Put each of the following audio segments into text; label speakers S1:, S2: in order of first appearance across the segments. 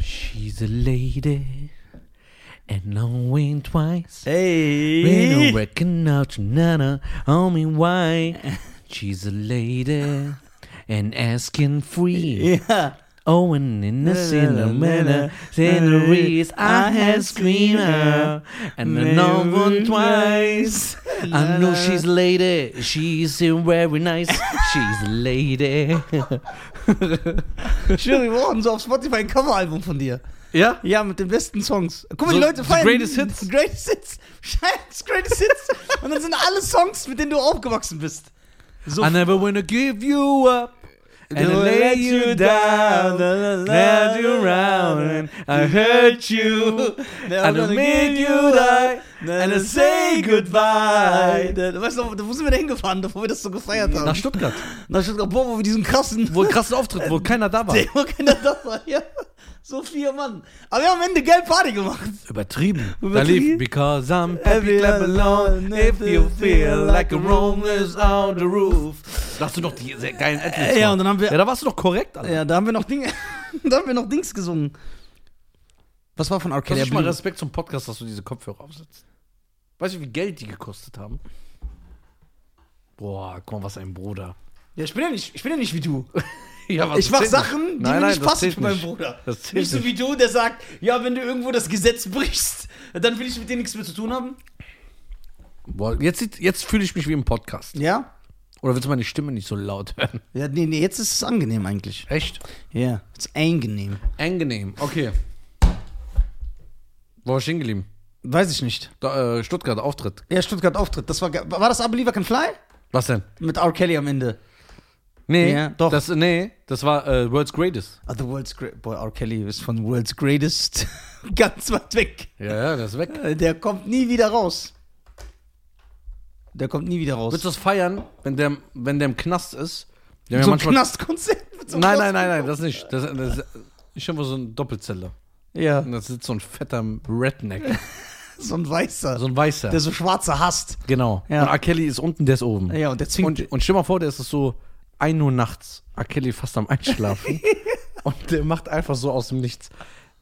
S1: She's a lady and knowing twice. We don't
S2: Hey.
S1: reckon out nana, homie, why? She's a lady and asking free.
S2: Ja.
S1: Oh, and in the cinema, sceneries, I have screen her and I know one twice. I know she's a lady, she's very nice, she's a lady.
S2: Shirley Warden, so auf Spotify ein Coveralbum von dir.
S1: ja?
S2: Ja, mit den besten Songs. Guck mal,
S1: So,
S2: die Leute
S1: the
S2: feiern.
S1: greatest hits.
S2: Greatest Hits. Scheiß, Greatest Hits. Und dann sind alle Songs, mit denen du aufgewachsen bist. So.
S1: I never wanna give you up. And I
S2: They'll
S1: lay you down, let you round, and I hurt you,
S2: They're
S1: and I
S2: gonna
S1: make
S2: give
S1: you die, and I say goodbye.
S2: Weißt du, wo sind wir denn hingefahren, bevor wir das so gefeiert haben?
S1: Nach Stuttgart,
S2: Nach Stuttgart, boah, wo wir diesen krassen,
S1: wo ein krasser Auftritt, wo keiner da war.
S2: wo keiner da war, ja. So vier Mann. Aber wir haben am Ende geil Party gemacht.
S1: Übertrieben. Da
S2: Übertrieben.
S1: lief Because I'm happy, clap along If you feel like a room is on the roof Da hast du noch die sehr geilen Edits
S2: Ja, und dann haben wir,
S1: ja, da warst du doch korrekt, Alter.
S2: ja, da haben wir noch Dinge, da haben wir noch Dings gesungen. Was war von
S1: Das
S2: Arcadia
S1: ist schon mal
S2: Blue?
S1: Respekt zum Podcast, dass du diese Kopfhörer aufsetzt. Weißt du, wie Geld die gekostet haben? Boah, guck mal, was ein Bruder.
S2: Ja, ich bin ja nicht, ich bin ja nicht wie du. Also
S1: Ja, was
S2: Ich mach
S1: erzählt man?
S2: Sachen, die
S1: Nein,
S2: mir
S1: nein,
S2: nicht
S1: das
S2: passen
S1: zählt
S2: für meinen
S1: nicht.
S2: Bruder.
S1: Das zählt
S2: Nicht so wie du, der sagt, ja, wenn du irgendwo das Gesetz brichst, dann will ich mit dir nichts mehr zu tun haben.
S1: Boah, jetzt, sieht- jetzt fühle ich mich wie im Podcast.
S2: Ja?
S1: Oder willst du meine Stimme nicht so laut hören?
S2: Ja, nee, nee, jetzt ist es angenehm eigentlich.
S1: Echt?
S2: Ja, es ist angenehm.
S1: Angenehm. Okay. Wo war ich hingeblieben?
S2: Weiß ich nicht.
S1: Da, äh, Stuttgart, Auftritt.
S2: Ja, Stuttgart Auftritt, das war ge- War das I Believe I Can Fly?
S1: Was denn?
S2: Mit R. Kelly am Ende.
S1: Nee,
S2: Ja, doch.
S1: Das, nee, das war äh, World's Greatest.
S2: Ah, the World's Great. Boy, R. Kelly ist von World's Greatest ganz weit weg.
S1: Ja, ja, das ist weg.
S2: Äh, Der kommt nie wieder raus. Der kommt nie wieder raus.
S1: Willst du das feiern, wenn der, wenn der im Knast ist? Die haben ja
S2: so ein
S1: manchmal-
S2: Knastkonzert? mit so einem
S1: nein, nein,
S2: Knast-
S1: nein, nein, das nicht. Das, das, ich habe so eine Doppelzelle.
S2: Ja,
S1: Und da sitzt so ein fetter Redneck.
S2: so ein Weißer,
S1: So ein weißer.
S2: der so schwarze hasst.
S1: genau.
S2: Ja.
S1: Und R. Kelly ist unten, der ist oben.
S2: Ja, und der zwingt.
S1: Und, und stell mal vor, der ist es so 1 Uhr nachts, Akeli fast am Einschlafen. und der macht einfach so aus dem Nichts.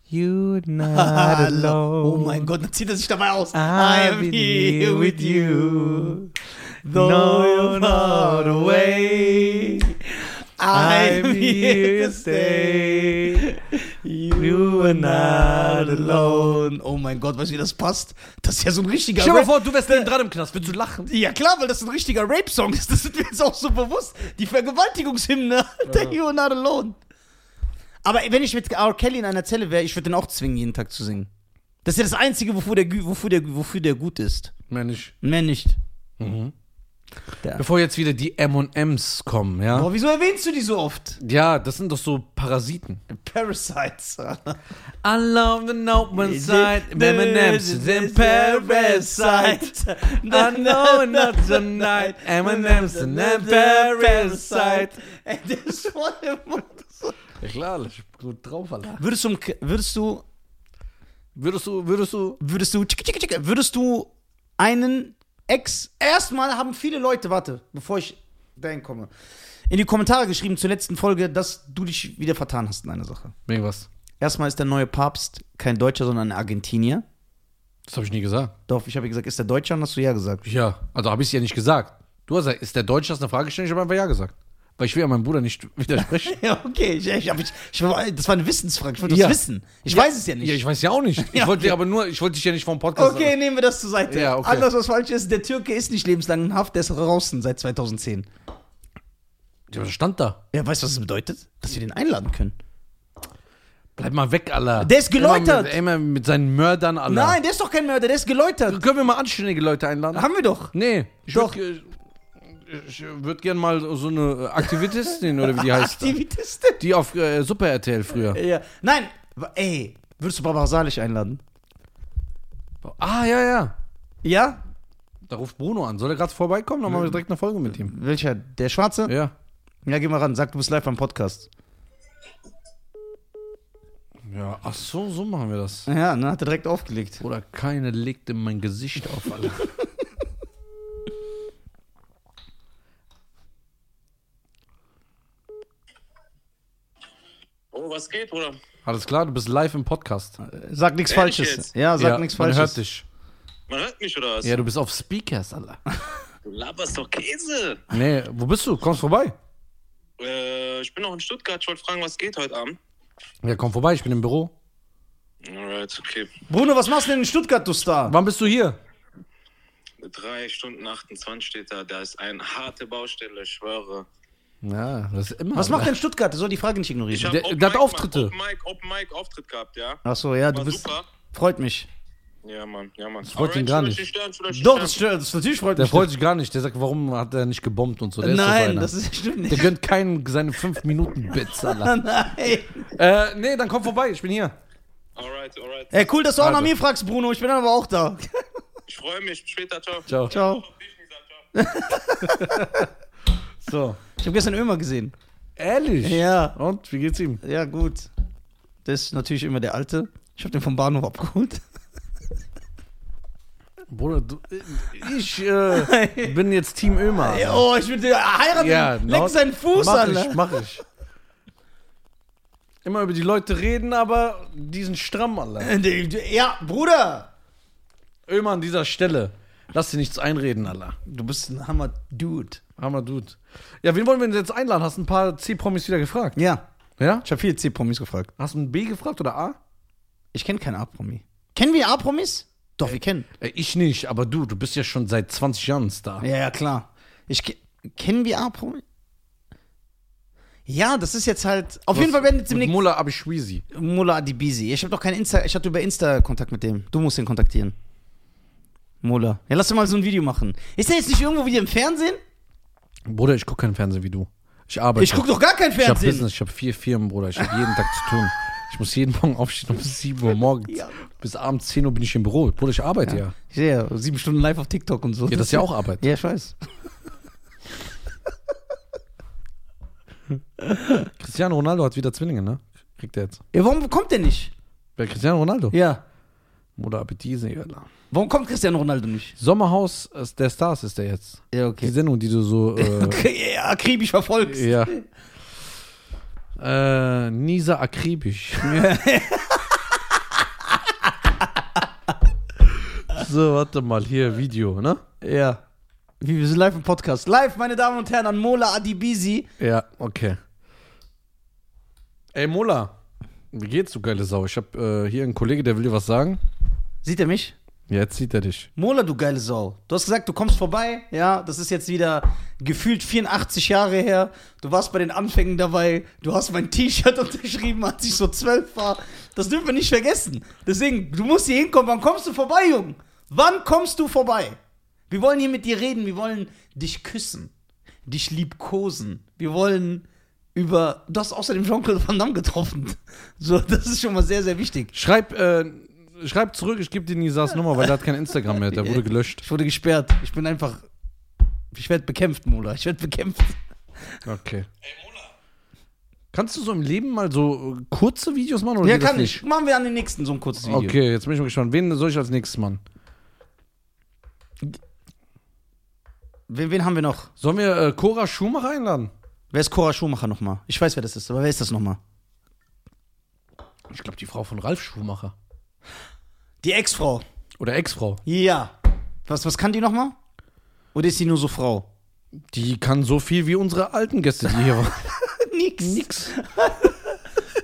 S1: You're not alone.
S2: Oh mein Gott, dann zieht er sich dabei aus.
S1: I'll be here with you. No, you're not away. I'm here to stay.
S2: You
S1: are not
S2: alone. Oh mein Gott, weißt du, wie das passt? Das ist ja so ein richtiger
S1: Stell mal
S2: Rap-
S1: vor, du wärst neben dran im Knast. Würdest du lachen?
S2: Ja klar, weil das ein richtiger Rape-Song ist. Das sind mir jetzt auch so bewusst. Die Vergewaltigungshymne der You Are Not Alone. Aber wenn ich mit R. Kelly in einer Zelle wäre, ich würde den auch zwingen, jeden Tag zu singen. Das ist ja das Einzige, wofür der, gü- wofür der, wofür der gut ist.
S1: Mehr nicht.
S2: Mehr nicht.
S1: Bevor jetzt wieder die M&Ms kommen, ja?
S2: Aber wieso erwähnst du die so oft?
S1: Ja, das sind doch so Parasiten.
S2: Parasites.
S1: I love the no inside M&M's is in Parasite. I know not tonight. M&M's in Parasite.
S2: Ey, der ist voll im Mund.
S1: Ja klar, ich bin gut drauf, Alter.
S2: Würdest du, im K- würdest du
S1: Würdest du, würdest du...
S2: würdest du, tschick, tschick, tschick, würdest du einen Ex, erstmal haben viele Leute, warte, bevor ich dahin komme, in die Kommentare geschrieben zur letzten Folge, dass du dich wieder vertan hast in einer Sache.
S1: Wegen was?
S2: Erstmal ist der neue Papst kein Deutscher, sondern ein Argentinier.
S1: Das habe ich nie gesagt.
S2: Doch, ich habe gesagt, ist der Deutscher und hast du ja gesagt.
S1: Ja, also habe ich es ja nicht gesagt. Du hast gesagt, ist der Deutsche, hast eine Frage gestellt, ich habe einfach ja gesagt. Weil ich will ja meinem Bruder nicht widersprechen.
S2: Ja, okay, ich, ich, ich, ich, das war eine Wissensfrage, ich wollte
S1: Ja.
S2: das wissen. Ich weiß es ja nicht.
S1: ja, ich weiß ja auch nicht. Ich
S2: Ja,
S1: wollte
S2: okay.
S1: dir aber nur, ich wollte dich ja nicht vom Podcast...
S2: okay, nehmen wir das zur Seite.
S1: Ja, okay.
S2: Anders, was falsch ist, der Türke ist nicht lebenslang in Haft, der ist draußen seit 2010.
S1: Ja, was stand da?
S2: Ja, weißt du, was das bedeutet? Dass wir den einladen können.
S1: Bleib mal weg, Alter.
S2: Der ist
S1: Immer
S2: geläutert.
S1: mit, immer mit seinen Mördern, Alter.
S2: Nein, der ist doch kein Mörder, der ist geläutert.
S1: Können wir mal anständige Leute einladen?
S2: Haben wir doch.
S1: Nee. Ich
S2: Doch.
S1: Würd, ge- ich würde gerne mal so eine Aktivistin oder wie die heißt.
S2: Aktivistin.
S1: Die auf äh, Super RTL früher.
S2: Ja. Nein, w- ey, würdest du Barbara Salisch einladen?
S1: Ah, ja, ja.
S2: Ja?
S1: Da ruft Bruno an. Soll er gerade vorbeikommen? Dann machen wir direkt eine Folge mit ihm.
S2: Welcher? Der Schwarze?
S1: Ja.
S2: Ja, geh mal ran, sag, du bist live am Podcast.
S1: Ja, ach so, so machen wir das.
S2: Ja, ne, hat er direkt aufgelegt.
S1: Oder keine legt in mein Gesicht auf, Alter.
S3: Oh, was geht, Bruder?
S1: Alles klar, du bist live im Podcast.
S2: Sag nichts
S3: Ehrlich
S2: Falsches.
S3: jetzt?
S2: Ja, sag nichts
S1: man
S2: Falsches.
S1: hört dich.
S3: Man hört mich oder was?
S1: Ja, du bist auf Speakers, Alter.
S3: Du laberst doch Käse.
S1: Nee, wo bist du? Kommst vorbei.
S3: Äh, ich bin noch in Stuttgart. Ich wollte fragen, was geht heute Abend?
S1: Ja, komm vorbei, ich bin im Büro.
S3: Alright, okay.
S2: Bruno, was machst du denn in Stuttgart, du Star?
S1: Wann bist du hier?
S3: Drei Stunden 28 steht da. Da ist eine harte Baustelle, ich schwöre.
S1: Ja, das ist immer.
S2: Was macht denn Stuttgart? Du soll die Frage nicht ignorieren.
S3: Ich hab
S1: Der-
S3: Open
S1: der hat
S3: Mic,
S1: Auftritte.
S3: Mann. Open Mic, Open Mic Auftritt gehabt, ja.
S2: Ach so, ja,
S3: War
S2: du bist.
S3: super.
S2: Freut mich.
S3: Ja, Mann, ja, Mann. Ich
S1: freut ihn gar nicht.
S2: Doch, das, stört- das natürlich freut
S1: Der
S2: mich.
S1: freut sich gar nicht. Der sagt, warum hat er nicht gebombt und so. Der ist so
S2: Nein,
S1: einer.
S2: das ist, stimmt
S1: Der
S2: nicht.
S1: gönnt keinen seine 5-Minuten-Bits, Alter.
S2: Nein.
S1: äh, nee, dann komm vorbei, ich bin hier.
S3: Alright, alright.
S2: Ey, cool, dass du auch nach
S1: Alter.
S2: mir fragst, Bruno. Ich bin aber auch da.
S3: Ich freue mich. Bis später, ciao.
S1: Ciao.
S2: Ciao.
S3: Auf dich, Nisa, ciao.
S1: So.
S2: Ich habe gestern Ömer gesehen.
S1: Ehrlich?
S2: Ja.
S1: Und, wie geht's ihm?
S2: Ja, gut. Das ist natürlich immer der Alte. Ich habe den vom Bahnhof abgeholt.
S1: Bruder, du, ich äh, bin jetzt Team Ömer. Alter.
S2: Oh, ich würde heiraten.
S1: Ja,
S2: Leck
S1: laut-
S2: seinen Fuß
S1: mach
S2: an.
S1: ich, mach ich. Immer über die Leute reden, aber die sind stramm, Alter.
S2: Ja, Bruder.
S1: Ömer an dieser Stelle. Lass dir nichts einreden, Alter.
S2: Du bist ein Hammer-Dude.
S1: Hammer Dude. Ja, wen wollen wir denn jetzt einladen? Hast ein paar C-Promis wieder gefragt?
S2: Ja,
S1: Ja?
S2: ich habe viele C-Promis gefragt.
S1: Hast du ein B gefragt oder A?
S2: Ich kenne keinen A-Promi. Kennen wir A-Promis? Doch, wir kennen.
S1: Äh, Ich nicht, aber du, du bist ja schon seit 20 Jahren ein Star.
S2: Ja, ja, klar. Ich ke- kennen wir A-Promis? Ja, das ist jetzt halt. Auf jeden Fall werden jetzt
S1: Mit
S2: demnächst.
S1: Mullah Abishwizi.
S2: Mullah Adibisi. Ich habe doch kein Insta. Ich hatte über Insta Kontakt mit dem. Du musst ihn kontaktieren. Mullah. Ja, lass doch mal so ein Video machen. Ist der jetzt nicht irgendwo wieder im Fernsehen?
S1: Bruder, ich gucke keinen Fernsehen wie du. Ich arbeite.
S2: Ich guck doch gar kein
S1: Ich habe
S2: Fernsehen.
S1: Business, ich habe vier Firmen, Bruder. Ich habe jeden Tag zu tun. Ich muss jeden Morgen aufstehen um 7 Uhr morgens.
S2: Ja.
S1: Bis abends 10 Uhr bin ich im Büro. Bruder, ich arbeite ja.
S2: Ich sehe ja sieben Stunden live auf TikTok und so.
S1: Ja, das ist ja auch Arbeit.
S2: Ja, ich weiß.
S1: Cristiano Ronaldo hat wieder Zwillinge, ne? Kriegt er jetzt.
S2: Ja, warum kommt der nicht?
S1: Wer Cristiano Ronaldo?
S2: Ja.
S1: Mullah Abishwizi. Alter.
S2: Warum kommt Cristiano Ronaldo nicht?
S1: Sommerhaus äh, der Stars ist er jetzt.
S2: Ja,
S1: Die Sendung, die du so. Äh,
S2: Okay, ja, akribisch verfolgst.
S1: ja. Äh, Nisa akribisch. so, warte mal, hier Video, ne?
S2: Ja. Wie, wir sind live im Podcast. Live, meine Damen und Herren, an Mola Adibisi.
S1: Ja, okay. Ey, Mola, wie geht's, du geile Sau? Ich hab äh, hier einen Kollege, der will dir was sagen.
S2: Sieht er mich?
S1: Ja, jetzt sieht er dich.
S2: Mola, du geile Sau. Du hast gesagt, du kommst vorbei. Ja, das ist jetzt wieder gefühlt 84 Jahre her. Du warst bei den Anfängen dabei. Du hast mein T-Shirt unterschrieben, als ich so 12 war. Das dürfen wir nicht vergessen. Deswegen, du musst hier hinkommen. Wann kommst du vorbei, Junge? Wann kommst du vorbei? Wir wollen hier mit dir reden. Wir wollen dich küssen. Dich liebkosen. Wir wollen über. Du hast außerdem Jean-Claude Van Damme getroffen. So, das ist schon mal sehr, sehr wichtig.
S1: Schreib, äh, schreib zurück, ich gebe dir Nisas Nummer, weil der hat kein Instagram mehr, der wurde gelöscht.
S2: Ich wurde gesperrt. Ich bin einfach. Ich werde bekämpft, Mola. Ich werde bekämpft.
S1: Okay.
S3: Ey, Mola.
S1: Kannst du so im Leben mal so äh, kurze Videos machen? Oder
S2: Ja,
S1: geht das
S2: kann ich. Machen wir an den nächsten so ein kurzes Video.
S1: Okay, jetzt bin ich mal gespannt. Wen soll ich als nächstes machen?
S2: Wen, wen haben wir noch?
S1: Sollen wir äh, Cora Schumacher einladen?
S2: Wer ist Cora Schumacher nochmal? Ich weiß, wer das ist, aber wer ist das nochmal?
S1: Ich glaube, die Frau von Ralf Schumacher.
S2: Die Ex-Frau.
S1: Oder Ex-Frau.
S2: Ja. Was, was kann die nochmal? Oder ist die nur so Frau?
S1: Die kann so viel wie unsere alten Gäste, die hier waren.
S2: Nix. Nix.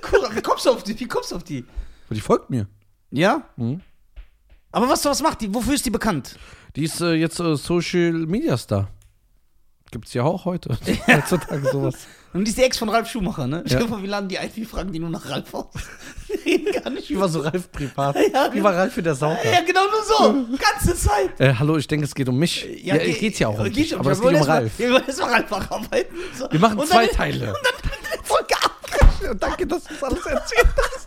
S2: Cora, wie kommst du auf die? Wie kommst du auf die?
S1: Die folgt mir.
S2: Ja?
S1: Mhm.
S2: Aber was, was macht die? Wofür ist die bekannt?
S1: Die ist äh, jetzt äh, Social Media Star. Gibt's ja auch heute. Heutzutage sowas.
S2: Und die ist die Ex von Ralf Schumacher, ne? Ich
S1: Ja.
S2: glaube, wir laden die ein, wir fragen die nur nach Ralf aus. Wir reden gar nicht über
S1: so Ralf privat.
S2: Ja,
S1: Wie war Ralf für der Sauger?
S2: Ja, genau nur so. Ganze Zeit.
S1: Äh, hallo, ich denke, es geht um mich. Ja,
S2: ge-
S1: es geht's ja auch um
S2: geht's
S1: dich.
S2: um
S1: Aber
S2: dich.
S1: es geht um
S2: Wir wollen
S1: Ralf.
S2: erst mal- Wir wollen erstmal Ralf abarbeiten. So.
S1: Wir machen
S2: Und
S1: zwei
S2: dann-
S1: Teile.
S2: Und dann wird die Folge abgeschnitten.
S1: Und danke, dass du das alles erzählt hast.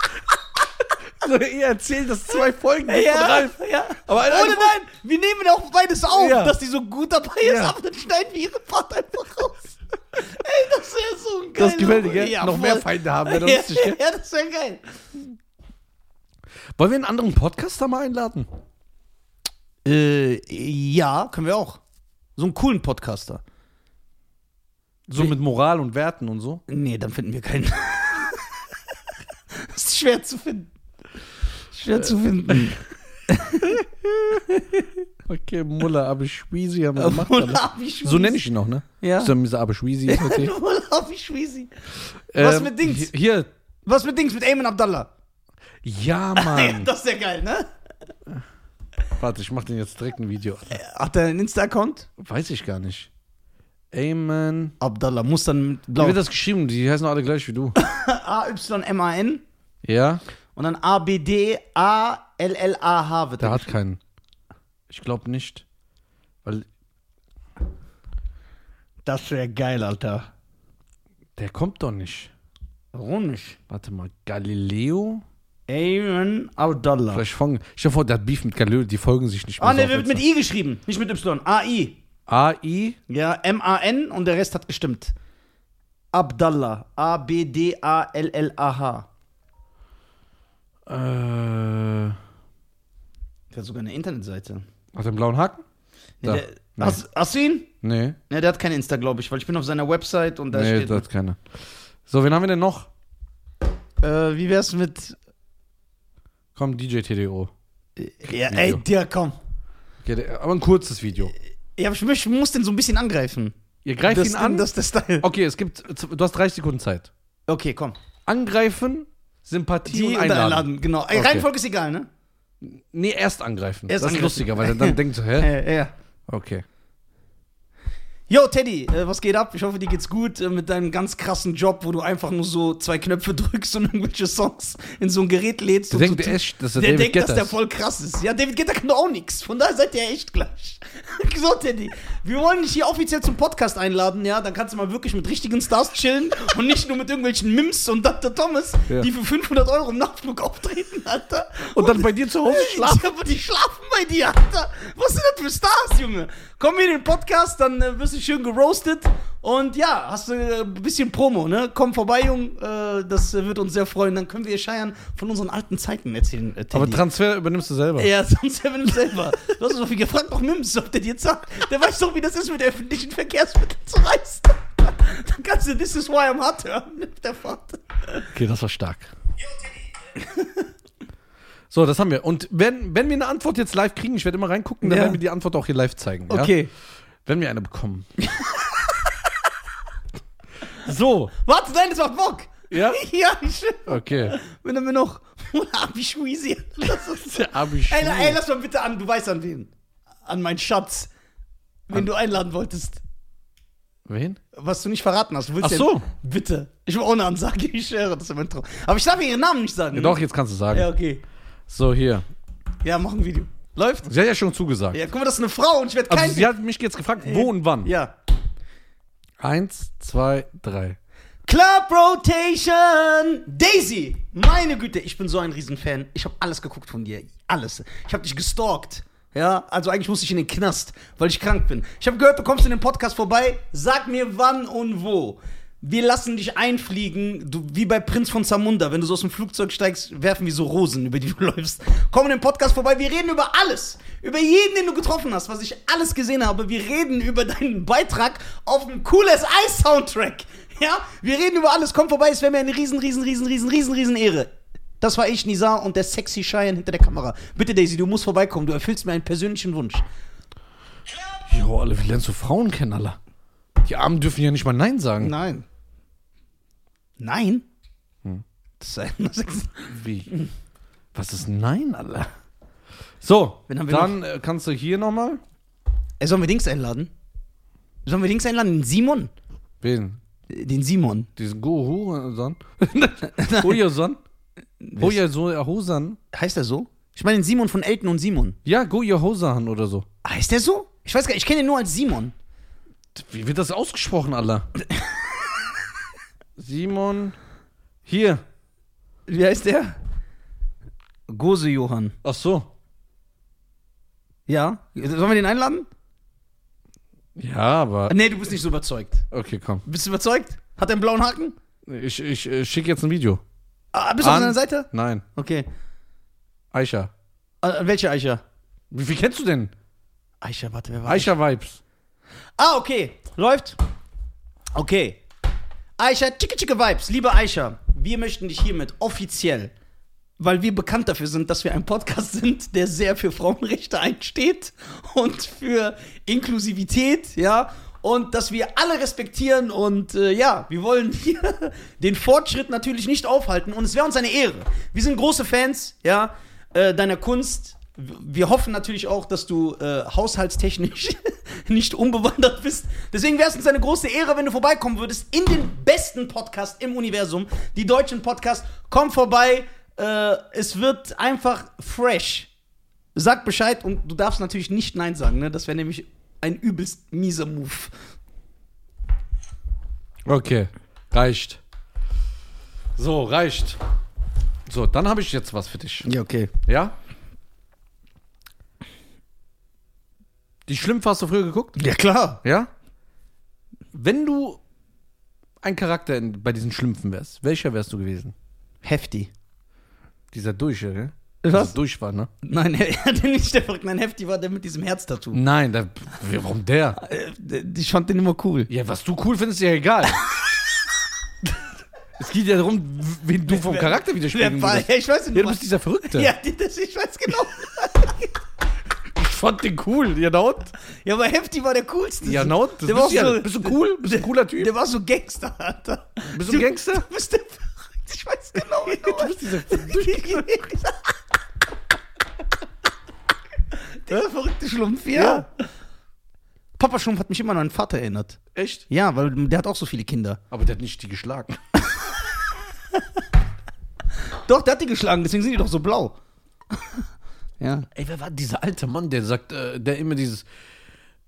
S1: Also, ihr erzählt das zwei Folgen gibt von Ralf.
S2: ja.
S1: Aber eine-
S2: Ohne nein, wir nehmen ja auch beides auf,
S1: Ja.
S2: dass die so gut dabei ist,
S1: Ja.
S2: aber dann schneiden wir ihre Part einfach raus. Ey, das wäre so ein geil.
S1: Das gefällt dir, gell? Noch mehr Feinde haben, wäre doch
S2: ja,
S1: lustig, gell?
S2: ja, das wäre geil.
S1: Wollen wir einen anderen Podcaster mal einladen?
S2: Äh, ja, können wir auch. So einen coolen Podcaster.
S1: So mit Moral und Werten und so?
S2: Nee, dann finden wir keinen. schwer zu finden. Schwer zu finden.
S1: Okay, Mulla Abeschwisi haben wir gemacht. Alter.
S2: Mullah Abishwisi.
S1: So nenne ich ihn noch, ne?
S2: Ja.
S1: So dieser Abeschwisi. ist okay.
S2: Mullah Abishwisi. Was mit Dings?
S1: Ähm, Hier.
S2: Was mit Dings? Mit Ayman Abdallah.
S1: Ja,
S2: Ja,
S1: Mann.
S2: das ist ja geil, ne?
S1: Warte, ich mach den jetzt direkt ein Video. an.
S2: Hat er einen Insta-Account?
S1: Weiß ich gar nicht. Amen.
S2: Abdallah muss dann mit
S1: Wie
S2: blau.
S1: wird das geschrieben? Die heißen alle gleich wie du.
S2: A-Y-M-A-N
S1: ja?
S2: und dann E A-B-D-A-L-L-A-H wird
S1: Der
S2: er
S1: hat keinen. Ich glaube nicht. Weil
S2: Das wäre geil, Alter.
S1: der kommt doch nicht.
S2: Warum nicht?
S1: Warte mal, Galileo?
S2: Aaron Abdallah.
S1: Vielleicht folgen. Ich hoffe, der hat Beef mit Galileo, die folgen sich nicht
S2: Ah,
S1: mehr.
S2: ne,
S1: so
S2: wird mit
S1: aufmerksam.
S2: I geschrieben, nicht mit Y. A-I.
S1: AI?
S2: Ja, M-A-N und der Rest hat gestimmt. Abdallah. A-B-D-A-L-L-A-H.
S1: Äh,
S2: Der hat sogar eine Internetseite.
S1: hat er einen blauen Haken?
S2: Nee,
S1: Da.
S2: der,
S1: Nee.
S2: Hast, hast du ihn?
S1: Nee.
S2: Ne, der hat kein Insta, glaube ich, weil ich bin auf seiner Website und da
S1: nee,
S2: steht.
S1: das hat keiner. So, wen haben wir denn noch?
S2: Äh, wie wär's mit.
S1: Komm, DJ TDO.
S2: Ja, ey, der, komm.
S1: Okay, der, aber ein kurzes Video.
S2: Ja, aber ich, möcht- muss den so ein bisschen angreifen.
S1: Ihr greift
S2: das,
S1: ihn an.
S2: Das ist der Style.
S1: okay, es gibt. Du hast 30 Sekunden Zeit.
S2: Okay, komm.
S1: Angreifen, Sympathie und einladen.
S2: genau. Ey,
S1: Okay.
S2: Reihenfolge ist egal, ne?
S1: Nee, erst angreifen.
S2: Erst
S1: das
S2: angreifen.
S1: ist lustiger, weil er dann denkt so, hä?
S2: Äh, ja.
S1: Okay.
S2: Yo, Teddy, äh, was geht ab? Ich hoffe, dir geht's gut äh, mit deinem ganz krassen Job, wo du einfach nur so zwei Knöpfe drückst und irgendwelche Songs in so ein Gerät lädst.
S1: Du
S2: und
S1: denkst
S2: so
S1: echt, dass
S2: der
S1: der, äh, David
S2: denkt, dass
S1: Guetta
S2: der
S1: ist.
S2: voll krass ist. Ja, David Guetta kann doch auch nix. Von daher seid ihr echt gleich. so, Teddy, wir wollen dich hier offiziell zum Podcast einladen, ja? Dann kannst du mal wirklich mit richtigen Stars chillen und nicht nur mit irgendwelchen Mims und Dr. Thomas,
S1: Ja.
S2: die für 500 Euro im Nachtflug auftreten, Alter.
S1: Und dann bei dir zu Hause schlafen.
S2: Ja, aber die schlafen bei dir, Alter. Was sind das für Stars, Junge? Komm hier in den Podcast, dann äh, wirst du schön geroastet. Und ja, hast du äh, ein bisschen Promo, ne? Komm vorbei, Junge. Äh, das äh, wird uns sehr freuen. Dann können wir ihr Scheiern von unseren alten Zeiten erzählen. Äh, Teddy.
S1: Aber Transfer übernimmst du selber.
S2: ja, sonst wenn du selber. Du hast doch viel gefragt, doch Mims, ob der dir sagt. Der weiß doch, wie das ist, mit öffentlichen Verkehrsmitteln zu reisen. Dann kannst du This is why I'm hot hören mit der Fahrt.
S1: Okay, das war stark. So, das haben wir. Und wenn, wenn wir eine Antwort jetzt live kriegen, ich werde immer reingucken, dann
S2: Ja.
S1: werden wir die Antwort auch hier live zeigen. Ja? Wenn wir eine bekommen. so.
S2: Warte, nein, das macht Bock.
S1: Ja?
S2: Ja, ich.
S1: Okay.
S2: Wenn haben wir noch? Abi Schwiesi. Das ist-
S1: Der Abi
S2: ey, la- ey, lass mal bitte an, du weißt an wen. An meinen Schatz. Wen du einladen wolltest.
S1: Wen?
S2: Was du nicht verraten hast. Du willst
S1: Ach so.
S2: Ja, bitte. Ich will auch eine Ansage, ich schwöre, das ist mein Traum. Aber ich darf ihren Namen nicht sagen.
S1: Ja,
S2: ne?
S1: doch, jetzt kannst du sagen.
S2: Ja, okay.
S1: So, hier.
S2: Ja, mach ein Video. Läuft?
S1: Sie hat ja schon zugesagt.
S2: Ja, guck mal, das ist eine Frau und ich werde
S1: Also,
S2: kein.
S1: sie hat mich jetzt gefragt, wo und wann.
S2: ja.
S1: Eins, zwei, drei.
S2: Club Rotation! Daisy! Meine Güte, ich bin so ein Riesenfan. Ich habe alles geguckt von dir. Alles. Ich habe dich gestalkt. Ja, also eigentlich musste ich in den Knast, weil ich krank bin. Ich habe gehört, du kommst in den Podcast vorbei. Sag mir wann und wo. Wir lassen dich einfliegen, du, wie bei Prinz von Zamunda. Wenn du so aus dem Flugzeug steigst, werfen wir so Rosen, über die du läufst. Komm in den Podcast vorbei, wir reden über alles. Über jeden, den du getroffen hast, was ich alles gesehen habe. Wir reden über deinen Beitrag auf dem Cooles Eis Soundtrack. Ja, wir reden über alles. Komm vorbei, es wäre mir eine riesen, riesen, riesen, riesen, riesen, riesen Ehre. Das war ich, Nizar, und der sexy Cheyenne hinter der Kamera. Bitte, Daisy, du musst vorbeikommen. Du erfüllst mir einen persönlichen Wunsch.
S1: Jo, alle, wie lernst du Frauen kennen, alle? Die Armen dürfen ja nicht mal Nein sagen.
S2: Nein. Nein? Das ist ein Sex-
S1: Wie? Was ist Nein, alle? So,
S2: Wen haben wir
S1: dann äh, kannst du hier nochmal.
S2: Ey, Äh, sollen wir Dings einladen? Sollen wir Dings einladen? Den Simon?
S1: Wen?
S2: Äh, Den Simon.
S1: Diesen Gohu-San? Goya-San? Goya-Hosan?
S2: Heißt er so? Ich meine den Simon von Elton und Simon.
S1: Ja, Goya-Hosan oder so.
S2: Heißt er so? Ich weiß gar nicht, ich kenne ihn nur als Simon.
S1: Wie wird das ausgesprochen, Alter? Simon. Hier.
S2: Wie heißt der? Gose Johann.
S1: Ach so.
S2: Ja? Sollen wir den einladen? Äh,
S1: Ja, aber.
S2: Nee, du bist nicht so überzeugt.
S1: Okay, komm.
S2: Bist du überzeugt? Hat er einen blauen Haken?
S1: Ich, ich, äh, schicke jetzt ein Video.
S2: Ah, bist du auf
S1: An-
S2: seiner Seite?
S1: Nein.
S2: Okay.
S1: Aisha.
S2: Ah, welche Aisha?
S1: Wie viel kennst du denn?
S2: Aisha, warte, wer war
S1: Aisha Vibes.
S2: Ah, okay. Läuft. Okay. Aisha, chicke chicke Vibes, liebe Aisha, wir möchten dich hiermit offiziell weil wir bekannt dafür sind, dass wir ein Podcast sind, der sehr für Frauenrechte einsteht und für Inklusivität, ja. Und dass wir alle respektieren und äh, ja, wir wollen hier den Fortschritt natürlich nicht aufhalten und es wäre uns eine Ehre. Wir sind große Fans, ja, äh, deiner Kunst. Wir hoffen natürlich auch, dass du äh, haushaltstechnisch nicht unbewandert bist. Deswegen wäre es uns eine große Ehre, wenn du vorbeikommen würdest in den besten Podcast im Universum, die deutschen Podcast. Komm vorbei, äh, es wird einfach fresh. Sag Bescheid und du darfst natürlich nicht Nein sagen, ne? Das wäre nämlich ein übelst mieser Move.
S1: Okay, reicht. So, reicht. So, dann habe ich jetzt was für dich.
S2: Ja, okay.
S1: Ja? Die Schlümpfe hast du früher geguckt?
S2: Ja, klar.
S1: Ja? Wenn du ein Charakter in, bei diesen Schlümpfen wärst, welcher wärst du gewesen?
S2: Heftig.
S1: Dieser Durche, ne?
S2: Was?
S1: Der durch war, ne?
S2: Nein, er hat den nicht verrückt. Nein, Hefti war der mit diesem Herz-Tattoo.
S1: Nein, der, warum der?
S2: Äh, Ich fand den immer cool.
S1: Ja, was du cool findest, ist ja egal. es geht ja darum, wen du vom Charakter widerspiegeln
S2: war-
S1: willst.
S2: ja, ich weiß nicht,
S1: Ja, du
S2: was-
S1: bist dieser Verrückte.
S2: Ja, die- das, ich weiß genau.
S1: Ich fand den cool. Ja, na und?
S2: ja, aber Hefti war der coolste.
S1: Ja, na und? Das
S2: Der war auch
S1: bist, du ja,
S2: so,
S1: bist du cool? Bist du ein cooler Typ?
S2: der war so Gangster, Alter.
S1: Bist du ein Gangster?
S2: Du bist der verrückt. Ich weiß genau, wie du bist.
S1: dieser
S2: Der verrückte Schlumpf, ja. Papa Schlumpf hat mich immer an meinen Vater erinnert.
S1: Echt?
S2: Ja, weil der hat auch so viele Kinder.
S1: Aber der hat nicht die geschlagen.
S2: Doch, der hat die geschlagen, deswegen sind die doch so blau. ja.
S1: Ey, wer war dieser alte Mann, der sagt, äh, der immer dieses,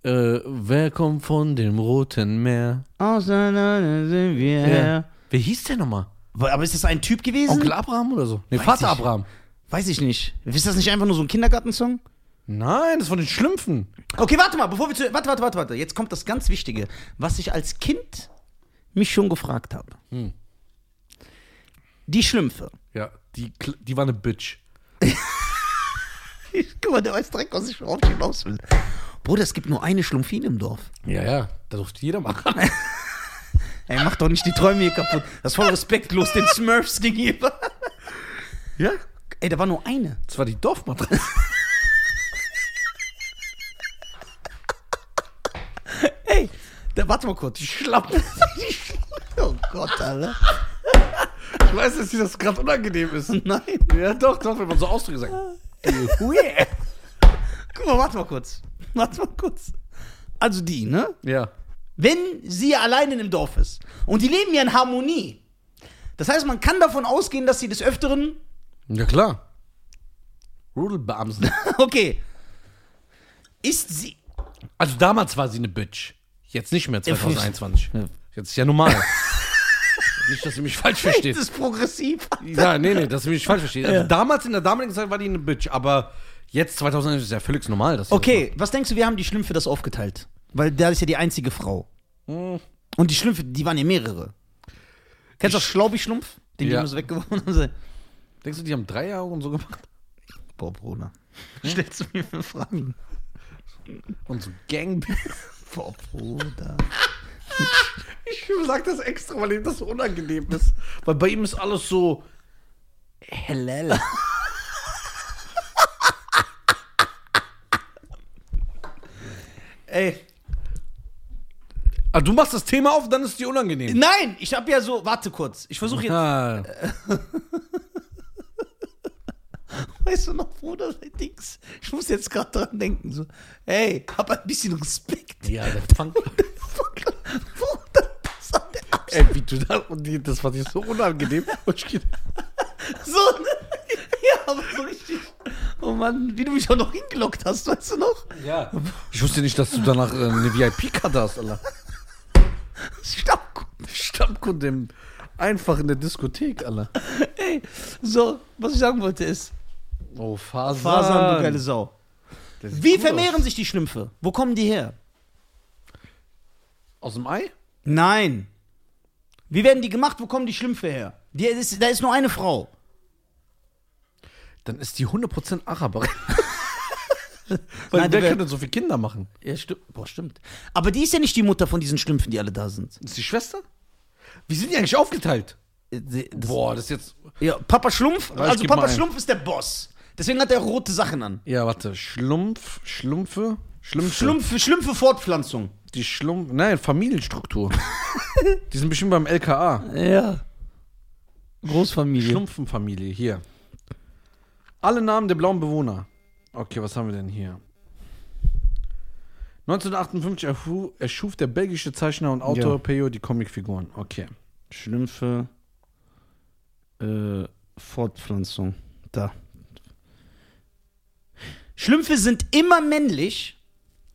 S1: äh, wer kommt von dem Roten Meer?
S2: Auseinander sind wir. her.
S1: Wer hieß der nochmal?
S2: Aber ist das ein Typ gewesen?
S1: Onkel Abraham oder so? Nee,
S2: Weiß
S1: Vater
S2: ich.
S1: Abraham.
S2: Weiß ich nicht. Ist das nicht einfach nur so ein Kindergartensong?
S1: Nein, das ist von den Schlümpfen.
S2: Okay, warte mal, bevor wir zu. Warte, warte, warte, warte. Jetzt kommt das ganz Wichtige, was ich als Kind mich schon gefragt habe. Die Schlümpfe.
S1: Ja, die, Kl- die war eine Bitch.
S2: Guck mal, der weiß direkt, was ich überhaupt hinaus will. Bruder, es gibt nur eine Schlumpfine im Dorf.
S1: Ja, ja, da durfte jeder machen.
S2: Ey, mach doch nicht die Träume hier kaputt. Das ist voll respektlos den Smurfs gegenüber.
S1: ja?
S2: Ey, da war nur eine.
S1: Das war die Dorfmatratze.
S2: Ey, da, warte mal kurz. Die Schlappe. Die Schlappe. Oh Gott, Alter.
S1: Ich weiß, dass dir das gerade unangenehm ist.
S2: Nein.
S1: Ja, doch, doch, wenn man so Ausdrücke sagt.
S2: Hui. Guck mal, warte mal kurz. Warte mal kurz. Also die, ne?
S1: Ja.
S2: Wenn sie alleine im Dorf ist und die leben ja in Harmonie. Das heißt, man kann davon ausgehen, dass sie des Öfteren.
S1: Ja, klar. Rudelbeamsen.
S2: Okay. Ist sie.
S1: Also damals war sie eine Bitch. Jetzt nicht mehr 2021. Jetzt ist ja normal. nicht, dass ihr mich falsch
S2: Ist
S1: versteht.
S2: es progressiv?
S1: Ja, nee, nee, dass ihr mich falsch versteht. Also damals, in der damaligen Zeit war die eine Bitch, aber jetzt 2021 ist ja völlig normal. Dass sie
S2: Okay, was denkst du, wir haben die Schlümpfe das aufgeteilt? Weil da ist ja die einzige Frau.
S1: hm,
S2: Und die Schlümpfe, die waren ja mehrere. Kennst du das Schlaubi-Schlumpf? Den die
S1: Ja.
S2: haben sie weggeworfen haben.
S1: Das. Denkst du, die haben drei Jahre und so gemacht?
S2: Boah, Bruder. Stellst du mir für Fragen?
S1: Und so Gang.
S2: Boah, Bruder.
S1: Ich sag das extra, weil ihm das so unangenehm ist. Weil bei ihm ist alles so.
S2: Hellel. Ey,
S1: Ah, du machst das Thema auf, dann ist es dir unangenehm.
S2: nein, ich hab ja so, warte kurz, ich versuche jetzt,
S1: Ah,
S2: weißt du noch, Bruder, dein Dings, ich muss jetzt gerade dran denken, so, ey, hab ein bisschen Respekt.
S1: ja, der Fang.
S2: Bruder, das hat der Abs-
S1: Ey, wie du da. Und die, das war dir so unangenehm. Und ich geh-
S2: so, ne? ja, aber so richtig, oh Mann, wie du mich auch noch hingelockt hast, weißt du noch?
S1: Ja. Ich wusste nicht, dass du danach äh, eine VIP-Karte hast, Alter.
S2: Stammkuh.
S1: Stammkunde im, einfach in der Diskothek, Alter.
S2: Ey, so, was ich sagen wollte ist,
S1: Oh, Fasan.
S2: Fasern, du geile Sau.
S1: Der sieht
S2: Wie
S1: gut
S2: vermehren sich die Schlümpfe? Wo kommen die her?
S1: Aus. aus dem Ei?
S2: Nein. Wie werden die gemacht? Wo kommen die Schlümpfe her? Die, ist, da ist nur eine Frau.
S1: Dann ist die 100% Araberin. Weil
S2: Nein,
S1: wer
S2: wer-
S1: kann denn so viele Kinder machen?
S2: Ja, stimmt. Boah, stimmt. Aber die ist ja nicht die Mutter von diesen Schlümpfen, die alle da sind.
S1: Ist die Schwester? Wie sind die eigentlich aufgeteilt?
S2: Das,
S1: Boah, das ist jetzt.
S2: Ja, Papa Schlumpf,
S1: ich
S2: also
S1: geb
S2: Papa
S1: mal ein.
S2: Schlumpf ist der Boss. Deswegen hat er rote Sachen an.
S1: Ja, warte. Schlumpf, Schlumpfe, Schlumpfe.
S2: Schlumpf, Schlümpfe Fortpflanzung.
S1: Die Schlumpf. Nein, Familienstruktur. die sind bestimmt beim LKA.
S4: Ja. Großfamilie.
S1: Schlumpfenfamilie, hier. Alle Namen der blauen Bewohner. Okay, was haben wir denn hier? 1958 erfu- erschuf der belgische Zeichner und Autor
S2: Ja.
S1: Peyo die Comicfiguren. Okay.
S2: Schlümpfe äh, Fortpflanzung. Da. Schlümpfe sind immer männlich.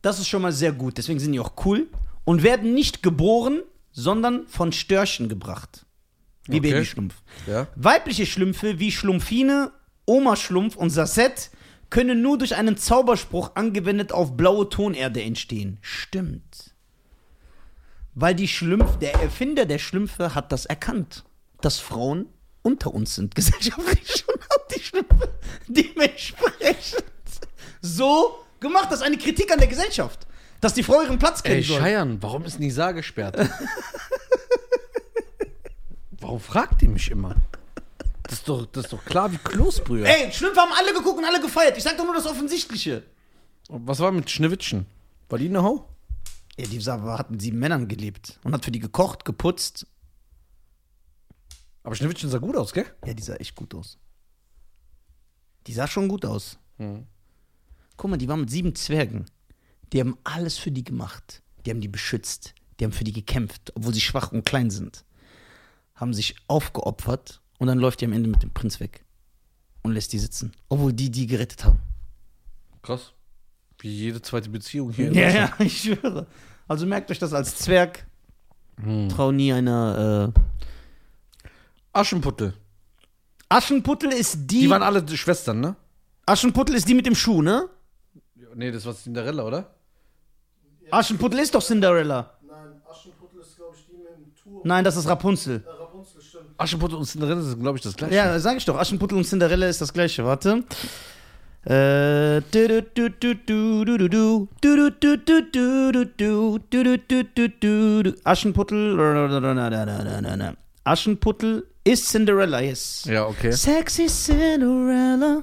S2: Das ist schon mal sehr gut. Deswegen sind die auch cool. Und werden nicht geboren, sondern von Störchen gebracht. Wie
S1: Okay.
S2: Babyschlumpf.
S1: Ja.
S2: Weibliche Schlümpfe wie Schlumpfine, Oma Schlumpf und Sassett können nur durch einen Zauberspruch angewendet auf blaue Tonerde entstehen. Stimmt. Weil die Schlümpf, der Erfinder der Schlümpfe hat das erkannt, dass Frauen unter uns sind gesellschaftlich und hat die Schlümpfe dementsprechend so gemacht. Das ist eine Kritik an der Gesellschaft, dass die Frau ihren Platz
S1: Ey,
S2: kennen soll.
S1: Scheiern, warum ist Nisa gesperrt? warum fragt ihr mich immer? Das ist doch, das ist doch klar wie Kloßbrühe.
S2: Ey, Schlümpfe haben alle geguckt und alle gefeiert. Ich sag doch nur das Offensichtliche.
S1: Was war mit Schneewittchen? War die eine Hau?
S2: Ja, die Sava hat mit sieben Männern gelebt und hat für die gekocht, geputzt.
S1: Aber Schneewittchen sah gut aus, gell?
S2: Ja, die sah echt gut aus. Die sah schon gut aus. Guck mal, die war mit sieben Zwergen. Die haben alles für die gemacht. Die haben die beschützt. Die haben für die gekämpft, obwohl sie schwach und klein sind. Haben sich aufgeopfert und dann läuft die am Ende mit dem Prinz weg. Und lässt die sitzen. Obwohl die die gerettet haben.
S1: Krass. Wie jede zweite Beziehung hier.
S2: Ja, ja, ich schwöre. Hm. Also merkt euch das als Zwerg. Trau nie einer. Äh
S1: Aschenputtel.
S2: Aschenputtel ist die.
S1: Die waren alle Schwestern, ne?
S2: Aschenputtel ist die mit dem Schuh, ne?
S1: Nee, das war Cinderella, oder?
S2: Aschenputtel ist doch Cinderella.
S5: Nein, Aschenputtel ist, glaube ich, die mit dem Turm.
S2: Nein, das ist Rapunzel.
S5: Äh, Rapunzel, stimmt.
S1: Aschenputtel und Cinderella sind, glaube ich, das gleiche.
S2: Ja, sag ich doch. Aschenputtel und Cinderella ist das gleiche. Warte. Äh, du- du- du- du- du- du- du. Du- du- du- du- du- du- du. Du- du- du- du- du- du. Aschenputtel. Aschenputtel ist Cinderella, yes.
S1: Ja, okay.
S2: Sexy Cinderella.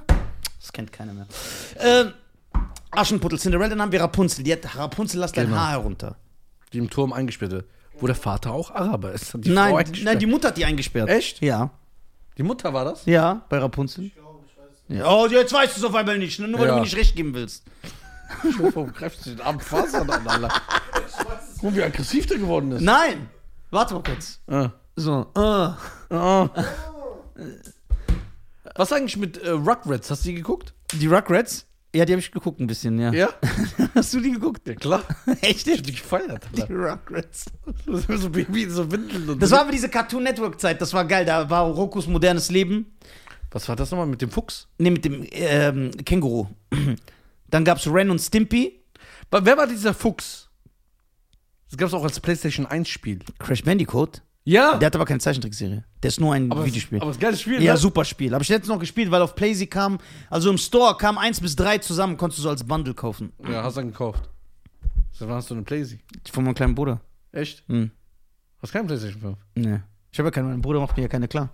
S2: Das kennt keiner mehr. Ähm, Aschenputtel, Cinderella, dann haben wir Rapunzel. Die hat Rapunzel, lass dein
S1: Genau.
S2: Haar herunter.
S1: Die im Turm eingesperrt wird. Wo der Vater auch Araber ist. Hat Die Frau
S2: nein,
S1: eingesperrt.
S2: nein, die Mutter hat die eingesperrt.
S1: Echt?
S2: Ja.
S1: Die Mutter war das?
S2: Ja, bei Rapunzel. Ja. Oh, jetzt weißt du es auf einmal nicht, ne? nur weil
S1: Ja.
S2: du mir nicht recht geben willst.
S1: Warum greifst du den armen Vater an, Alter? Guck mal, wie aggressiv der geworden ist.
S2: Nein! Warte mal kurz.
S1: Ah.
S2: So. ah.
S1: Was eigentlich mit äh, Rugrats? Hast du die geguckt?
S2: Die Rugrats? Ja, die habe ich geguckt ein bisschen, ja. Hast du die geguckt?
S1: Ja, klar.
S2: Echt?
S1: Ich hab die gefeiert,
S2: Die
S1: Alter.
S2: Rugrats.
S1: So Baby, so Windeln und
S2: Das
S1: so.
S2: war aber diese Cartoon Network Zeit, das war geil. Da war Rokus modernes Leben.
S1: Was war das nochmal mit dem Fuchs?
S2: Ne, mit dem ähm, Känguru. Dann gab's Ren und Stimpy.
S1: Wa- Wer war dieser Fuchs? Das gab's auch als PlayStation 1 Spiel.
S2: Crash Bandicoot.
S1: Ja.
S2: Der hat aber keine Zeichentrickserie. Der ist nur ein
S1: aber
S2: Videospiel.
S1: Aber das geiles Spiel.
S2: Ja,
S1: ne?
S2: super Spiel. Habe ich letztens noch gespielt, weil auf Playsee kam, also im Store kam 1 bis 3 zusammen, konntest du so als Bundle kaufen.
S1: Ja, hast du dann gekauft. Dann hast du eine Playsy.
S2: Von meinem kleinen Bruder.
S1: Echt?
S2: Mhm.
S1: Hast keine Playstation 5?
S2: Nee. Ich habe ja keinen, mein Bruder macht mir ja keine klar.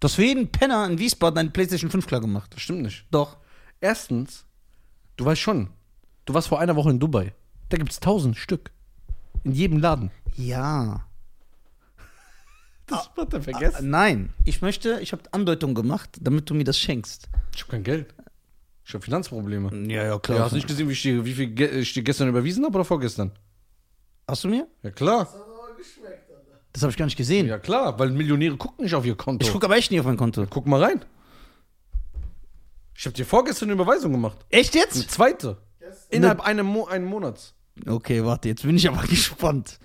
S2: Du hast für jeden Penner in Wiesbaden eine Playstation 5 klar gemacht.
S1: Das stimmt nicht.
S2: Doch.
S1: Erstens, du weißt schon, du warst vor einer Woche in Dubai. Da gibt's tausend Stück. In jedem Laden.
S2: Ja.
S1: Das hat er
S2: Ah, Nein, ich möchte, ich habe Andeutung gemacht, damit du mir das schenkst.
S1: Ich hab kein Geld. Ich hab Finanzprobleme.
S2: Ja, ja,
S1: Ja, hast du nicht gesehen, wie, ich dir, wie viel Ge ich dir gestern überwiesen habe oder vorgestern?
S2: Hast du mir?
S1: Ja, klar.
S5: Das hat aber geschmeckt, Alter.
S2: Das habe ich gar nicht gesehen.
S1: Ja, klar, weil Millionäre gucken nicht auf ihr Konto.
S2: Ich gucke aber echt nie auf mein Konto.
S1: Guck mal rein. Ich habe dir vorgestern eine Überweisung gemacht.
S2: Echt
S1: Eine
S2: jetzt?
S1: zweite.
S5: Gestern.
S1: Innerhalb einem Mo einen Monats.
S2: Okay, warte, jetzt bin ich aber gespannt.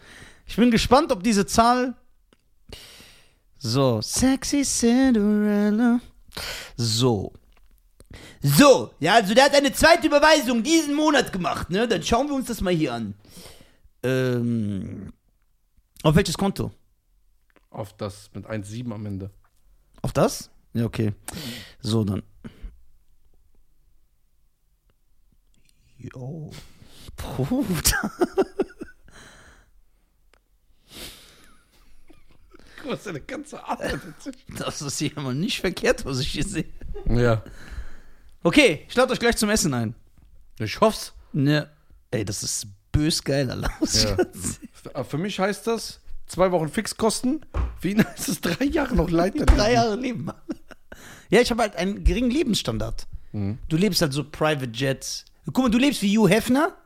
S2: Ich bin gespannt, ob diese Zahl. So, sexy Cinderella. So. So, ja, also der hat eine zweite Überweisung diesen Monat gemacht, ne? Dann schauen wir uns das mal hier an. Ähm. Auf welches Konto?
S1: Auf das mit 1,7 am Ende.
S2: Auf das? Ja, okay. So, dann. Jo. Bruder.
S1: Guck mal, seine ganze Arbeit.
S2: Das ist hier mal nicht verkehrt, was ich hier sehe.
S1: Ja.
S2: Okay, ich lade euch gleich zum Essen ein.
S1: Ich hoff's.
S2: Ne. Ey, das ist bös geil, Alter.
S1: Ja. äh, Für mich heißt das zwei Wochen Fixkosten. Für ihn heißt es drei Jahre noch Leiter.
S2: Drei Jahre leben, Mann. Ja, ich habe halt einen geringen Lebensstandard.
S1: Mhm.
S2: Du lebst halt so Private Jets. Guck mal, du lebst wie Hugh Hefner.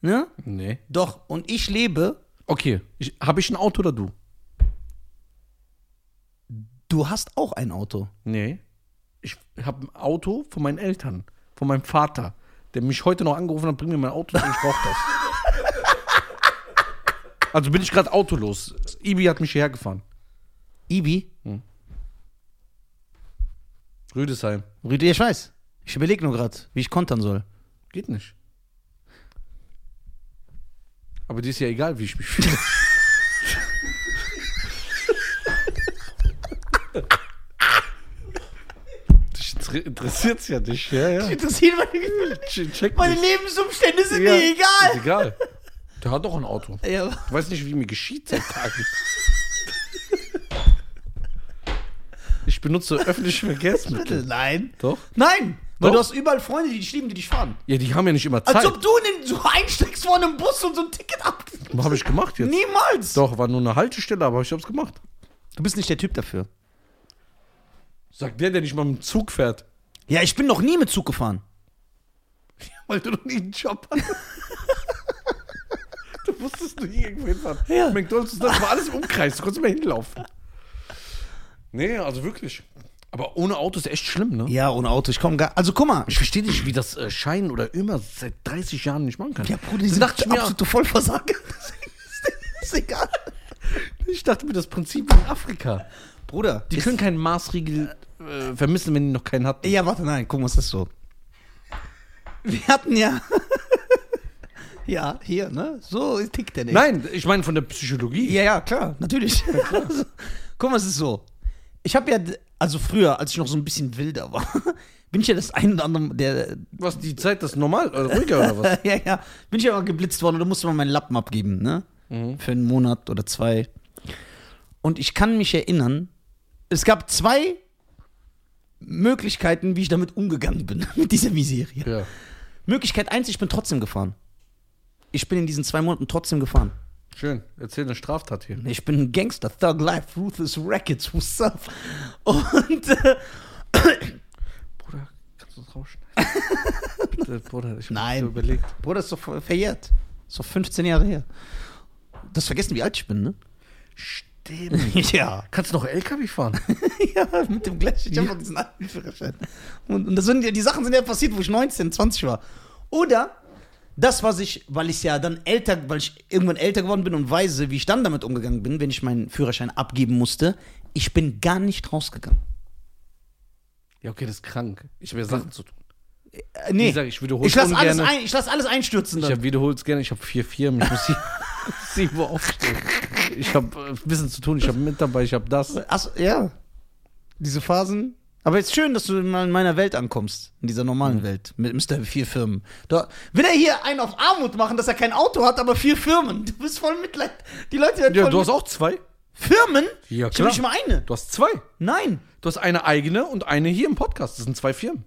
S2: Ne?
S1: Nee.
S2: Doch, und ich lebe.
S1: Okay. Ich, hab ich ein Auto oder du?
S2: Du hast auch ein Auto.
S1: Nee. Ich habe ein Auto von meinen Eltern, von meinem Vater, der mich heute noch angerufen hat, bring mir mein Auto und ich brauche das. Also bin ich gerade autolos. Ibi hat mich hierher gefahren.
S2: Ibi?
S1: Rüdesheim.
S2: Rüdiger, ich weiß. Ich überlege nur gerade, wie ich kontern soll.
S1: Geht nicht. Aber dir ist ja egal, wie ich mich fühle. Dich inter- interessiert's ja dich, ja, ja.
S2: Interessieren meine Gefühle.
S1: Check, check
S2: Meine
S1: dich.
S2: Lebensumstände sind
S1: Ja,
S2: mir
S1: Ist
S2: egal.
S1: egal. Der hat doch ein Auto.
S2: Ja.
S1: Ich weiß nicht, wie mir geschieht seit Tagen. Ich benutze öffentliche Verkehrsmittel.
S2: Nein.
S1: Doch?
S2: Nein. Weil
S1: Doch.
S2: du hast überall Freunde, die dich lieben, die dich fahren.
S1: Ja, die haben ja nicht immer
S2: Als
S1: Zeit.
S2: Also, ob du in den, so einsteigst vor einem Bus und so ein Ticket ab.
S1: Was habe ich gemacht jetzt?
S2: Niemals.
S1: Doch, war nur eine Haltestelle, aber ich hab's gemacht.
S2: Du bist nicht der Typ dafür.
S1: Sagt der, der nicht mal mit dem Zug fährt.
S2: Ja, ich bin noch nie mit Zug gefahren.
S1: Weil du noch nie einen Job hattest. du musstest nur hier irgendwo hinfahren.
S2: Ja.
S1: McDonalds, das war alles im Umkreis. Du konntest immer hinlaufen. Nee, also wirklich. Aber ohne Auto ist echt schlimm, ne?
S2: Ja, ohne Auto. Ich komme gar. Also guck mal.
S1: Ich verstehe nicht, wie das äh, Schein oder immer seit 30 Jahren nicht machen kann.
S2: Ja, Bruder, die
S1: ich,
S2: sind
S1: dachte mir,
S2: absolute Vollversager. ist egal.
S1: ich dachte mir, das Prinzip in Afrika.
S2: Bruder.
S1: Die
S2: ist-
S1: können keinen Maßriegel äh, vermissen, wenn die noch keinen hatten.
S2: Ja, warte, nein, guck mal, es ist so. Wir hatten ja. ja, hier, ne? So tickt der nicht.
S1: Nein, ich meine von der Psychologie.
S2: Ja, ja, klar, natürlich. Also, guck mal, es ist so. Ich habe ja, d- also früher, als ich noch so ein bisschen wilder war, bin ich ja das ein oder andere, der,
S1: Was, die Zeit ist normal, äh, ruhiger oder was?
S2: ja, ja, bin ich ja mal geblitzt worden und da musste man meinen Lappen abgeben, ne? Für einen Monat oder zwei. Und ich kann mich erinnern, es gab zwei Möglichkeiten, wie ich damit umgegangen bin, mit dieser Miserie.
S1: Ja.
S2: Möglichkeit eins, ich bin trotzdem gefahren. Ich bin in diesen zwei Monaten trotzdem gefahren.
S1: Schön, erzähl eine Straftat hier.
S2: Ich bin ein Gangster, Thug Life, Ruthless Rackets, what's up? Und äh,
S1: Bruder, kannst du das rausschneiden? Bitte, Bruder, ich hab
S2: Nein.
S1: so überlegt.
S2: Bruder, ist doch ver- verjährt. Ist doch 15 Jahre her. Das vergessen, wie alt ich bin, ne?
S1: Stimmt.
S2: ja.
S1: Kannst du noch LKW fahren?
S2: ja, mit dem gleichen. Ich hab noch diesen alten Führerschein. Und, und das sind, ja- die Sachen sind ja passiert, wo ich 19, 20 war. Oder das, was ich, weil ich ja dann älter, weil ich irgendwann älter geworden bin und weise, wie ich dann damit umgegangen bin, wenn ich meinen Führerschein abgeben musste, ich bin gar nicht rausgegangen.
S1: ja, okay, das ist krank. Ich habe ja Sachen zu tun.
S2: Äh, nee.
S1: Wie gesagt, ich wiederhole
S2: ich lasse alles,
S1: ungerne.
S2: ein, ich lass alles einstürzen.
S1: Ich
S2: Dann.
S1: habe wiederholt's gerne, ich habe vier Firmen, ich muss sie- sieben Uhr aufstehen. Ich habe äh, ein bisschen zu tun, ich habe Mitarbeiter, ich habe das.
S2: Achso, ja. Diese Phasen. Aber jetzt schön, dass du mal in meiner Welt ankommst. In dieser normalen
S1: Mhm.
S2: Welt. Mit Mr. Vier Firmen. Da will er hier einen auf Armut machen, dass er kein Auto hat, aber vier Firmen. Du bist voll Mitleid. Die Leute werden
S1: Ja,
S2: voll
S1: du hast
S2: mit-
S1: auch zwei.
S2: Firmen?
S1: Ja,
S2: Ich habe
S1: klar.
S2: nicht mal eine.
S1: Du hast zwei.
S2: Nein.
S1: Du hast eine eigene und eine hier im Podcast. Das sind zwei Firmen.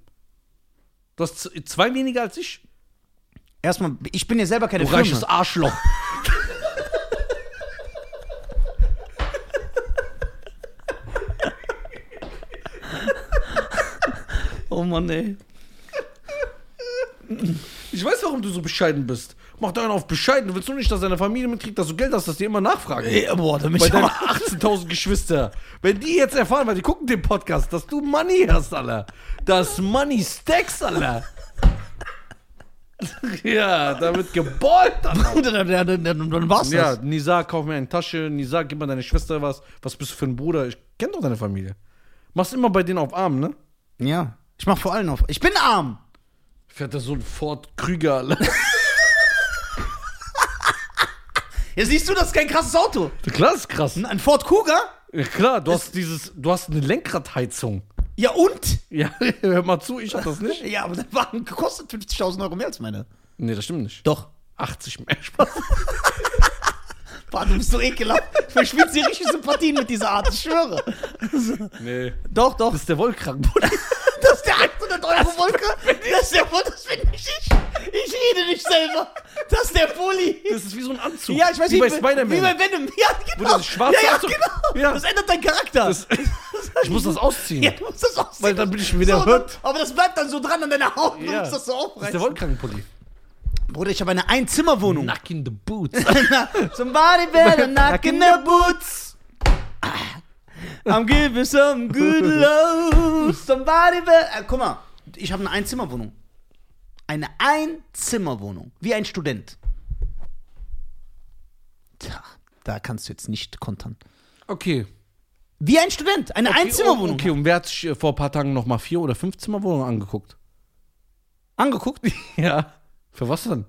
S1: Du hast z- zwei weniger als ich.
S2: Erstmal, ich bin ja selber keine
S1: Du
S2: Firma.
S1: reiches Arschloch.
S2: Oh Mann, ey.
S1: Ich weiß, warum du so bescheiden bist. Mach deinen auf bescheiden. Du willst nur nicht, dass deine Familie mitkriegt, dass du Geld hast, dass die immer nachfragen.
S2: Ey, Äh, Boah, da bin
S1: Bei
S2: ich
S1: deinen
S2: aber.
S1: 18.000 Geschwister. Wenn die jetzt erfahren, weil die gucken den Podcast, dass du Money hast, Alter. Das Money stacks, Alter. ja, da wird geballt, Alter.
S2: Dann, dann, dann, dann, dann war's
S1: Ja,
S2: das.
S1: Nisa, kauf mir eine Tasche. Nisa, gib mal deine Schwester was. Was bist du für ein Bruder? Ich kenn doch deine Familie. Machst immer bei denen auf Arm, ne?
S2: Ja. Ich mach vor allem auf. Ich bin arm.
S1: Fährt da so ein Ford Krüger, Alter.
S2: Ja, siehst du, das ist kein krasses Auto.
S1: Klar, ist krass.
S2: Ein Ford Cougar?
S1: Ja, klar, du hast dieses, du hast eine Lenkradheizung.
S2: Ja, und?
S1: Ja, hör mal zu, ich hab das nicht.
S2: Ja, aber der Wagen kostet 50.000 Euro mehr als meine.
S1: Nee, das stimmt nicht.
S2: Doch.
S1: 80 mehr Spaß.
S2: Boah, du bist so ekelhaft. Ich verspielt sie richtig Sympathien mit dieser Art, ich schwöre.
S1: Nee.
S2: Doch, doch.
S1: Das ist der Wollkrank, Bruder.
S2: Das ist der 800 Euro Wolke. Das ist der Wolke, das bin ich. Ich rede nicht selber. Das ist der Bulli.
S1: Das ist wie so ein Anzug.
S2: Ja, ich weiß
S1: wie bei
S2: nicht. Wie bei
S1: Spider-Man.
S2: Venom. Ja, genau.
S1: das schwarze
S2: ja, ja,
S1: Anzug-
S2: genau.
S1: Ja.
S2: Das ändert deinen Charakter.
S1: Das- Ich muss das ausziehen.
S2: ja, du musst das aussehen.
S1: Weil dann bin ich wieder
S2: so,
S1: hört.
S2: Aber das bleibt dann so dran an deiner Haut. Du
S1: Ja.
S2: musst das so
S1: Das ist der
S2: aufreißen.
S1: Wollkrankenpulli.
S2: Bruder, ich habe eine Einzimmerwohnung.
S1: Knack in the boots.
S2: Somebody better knock in the boots. I'm giving some good love. Somebody better. Äh, guck mal, ich habe eine Einzimmerwohnung. Eine Einzimmerwohnung. Wie ein Student. Tja, da kannst du jetzt nicht kontern.
S1: Okay.
S2: Wie ein Student. Eine Einzimmerwohnung.
S1: Okay, und wer hat sich äh, vor ein paar Tagen nochmal vier oder fünf Zimmerwohnungen angeguckt?
S2: Angeguckt.
S1: Ja. Für was denn?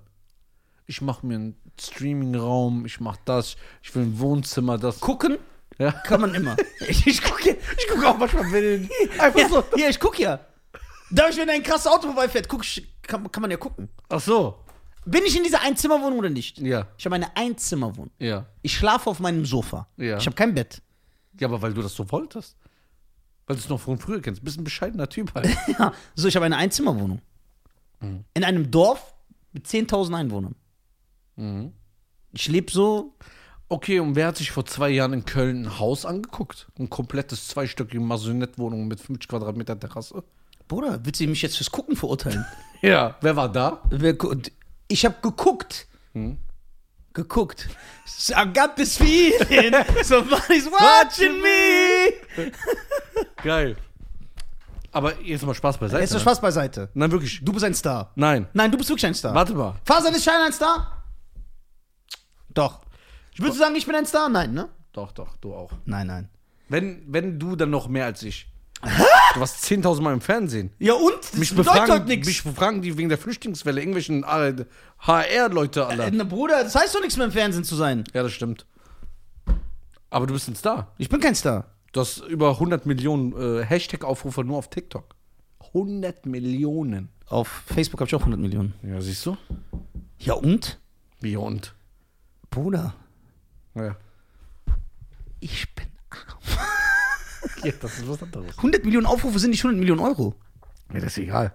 S1: Ich mache mir einen Streaming-Raum, ich mache das, ich will ein Wohnzimmer, das.
S2: Gucken
S1: Ja.
S2: kann man immer. Ich, ich gucke ich guck auch manchmal Bilder.
S1: Einfach
S2: Ja,
S1: so.
S2: hier, ich gucke ja. Da, wenn ein krasses Auto vorbeifährt, guck, ich- kann, kann man ja gucken.
S1: Ach so.
S2: Bin ich in dieser Einzimmerwohnung oder nicht?
S1: Ja,
S2: Ich habe eine Einzimmerwohnung.
S1: ja.
S2: Ich schlafe auf meinem Sofa.
S1: Ja.
S2: Ich habe kein Bett.
S1: Ja, aber weil du das so wolltest. Weil du es noch von früher kennst. Bist ein bescheidener Typ halt.
S2: Ja. So, ich habe eine Einzimmerwohnung. In einem Dorf mit 10.000 Einwohnern. Mhm. Ich lebe so.
S1: Okay, und wer hat sich vor zwei Jahren in Köln ein Haus angeguckt? Ein komplettes zweistöckige Masonettwohnung mit 50 Quadratmeter Terrasse.
S2: Bruder, willst du mich jetzt fürs Gucken verurteilen?
S1: Ja. Wer war da?
S2: Wer gu- und ich habe geguckt. Geguckt. So, I got this feeling. Somebody's watching me.
S1: Geil. Aber jetzt mal Spaß beiseite.
S2: Jetzt mal
S1: ne?
S2: Spaß beiseite.
S1: Nein, wirklich.
S2: Du bist ein Star.
S1: Nein.
S2: Nein, du bist wirklich ein Star.
S1: Warte mal.
S2: Fasan ist Schein ein Star? Doch. Ich würde sagen, ich bin ein Star? Nein, ne?
S1: Doch, doch, du auch.
S2: Nein, nein.
S1: Wenn, wenn du dann noch mehr als ich. Du warst 10.000 Mal im Fernsehen.
S2: Ja und? Das
S1: Mich
S2: bedeutet
S1: befragen,
S2: doch nichts.
S1: mich befragen die wegen der Flüchtlingswelle irgendwelchen äh, HR-Leute alle.
S2: Äh, Na, Bruder, das heißt doch nichts mehr im Fernsehen zu sein.
S1: Ja, das stimmt. Aber du bist ein Star.
S2: Ich bin kein Star.
S1: Du hast über 100 Millionen äh, Hashtag-Aufrufe nur auf TikTok. 100 Millionen.
S2: Auf Facebook habe ich auch 100 Millionen.
S1: Ja, siehst du?
S2: Ja und?
S1: Wie und?
S2: Bruder,
S1: Ja.
S2: ich bin arm.
S1: ja, das ist was anderes.
S2: 100 Millionen Aufrufe sind nicht 100 Millionen Euro.
S1: Mir das ist egal.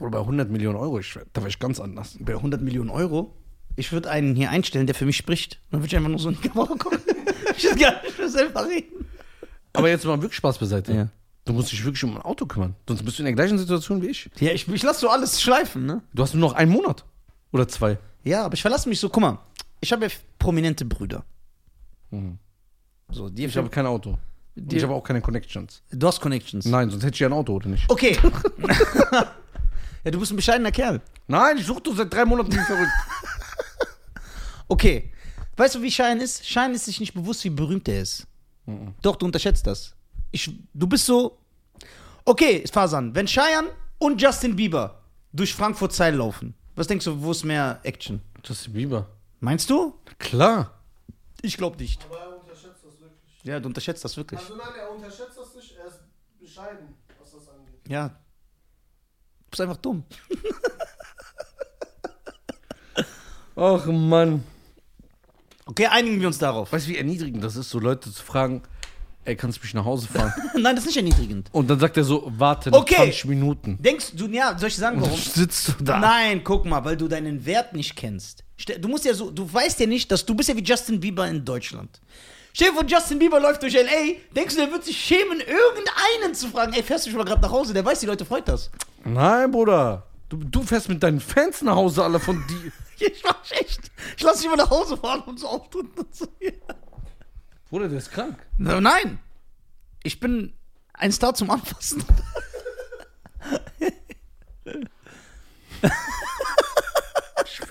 S1: Oder bei 100 Millionen Euro, ich, da war ich ganz anders.
S2: Bei 100 Millionen Euro? Ich würde einen hier einstellen, der für mich spricht. Dann würde ich einfach nur so in die Kamera gucken. ich würde gar nicht mehr selber reden.
S1: Aber jetzt mal wirklich Spaß beiseite.
S2: Ja.
S1: Du musst dich wirklich um ein Auto kümmern. Sonst bist du in der gleichen Situation wie ich.
S2: Ja, ich, ich lasse so alles schleifen, ne?
S1: Du hast nur noch einen Monat. Oder zwei.
S2: Ja, aber ich verlasse mich so. Guck mal, ich habe ja prominente Brüder. So, die,
S1: Mhm. Ich habe kein Auto. Und ich habe auch keine Connections.
S2: Du hast Connections.
S1: Nein, sonst hätte ich ja ein Auto, oder nicht?
S2: Okay. ja, du bist ein bescheidener Kerl.
S1: Nein, ich suche doch seit drei Monaten wie verrückt.
S2: Okay. Weißt du, wie Schein ist? Schein ist sich nicht bewusst, wie berühmt er ist.
S1: Mhm.
S2: Doch, du unterschätzt das. Ich, du bist so. Okay, Fasan, wenn Cheyenne und Justin Bieber durch Frankfurt Zeil laufen, was denkst du, wo ist mehr Action?
S1: Justin Bieber.
S2: Meinst du?
S1: Klar.
S2: Ich glaube nicht.
S5: Aber er unterschätzt das wirklich.
S2: Ja, du unterschätzt das wirklich.
S5: Also nein, er unterschätzt das nicht. Er ist bescheiden, was das angeht.
S2: Ja. Du bist einfach dumm.
S1: Ach Mann.
S2: Okay, einigen wir uns darauf.
S1: Weißt du, wie erniedrigend das ist, so Leute zu fragen, ey, kannst du mich nach Hause fahren?
S2: Nein, das ist nicht erniedrigend.
S1: Und dann sagt er so, warte noch
S2: Okay.
S1: 20 Minuten.
S2: Denkst du, ja, soll ich sagen,
S1: Und dann
S2: warum?
S1: sitzt du da.
S2: Nein, guck mal, weil du deinen Wert nicht kennst. Ste- Du musst ja so, du weißt ja nicht, dass du bist ja wie Justin Bieber in Deutschland. Stell dir vor, Justin Bieber läuft durch L.A., denkst du, der wird sich schämen, irgendeinen zu fragen, ey, fährst du schon mal gerade nach Hause? Der weiß, die Leute freut das.
S1: Nein, Bruder. Du, du fährst mit deinen Fans nach Hause, alle von die.
S2: Ich mach echt, ich lass dich immer nach Hause fahren und so auftreten und so. Ja.
S1: Bruder, der ist krank.
S2: Na, Nein, ich bin ein Star zum Anfassen.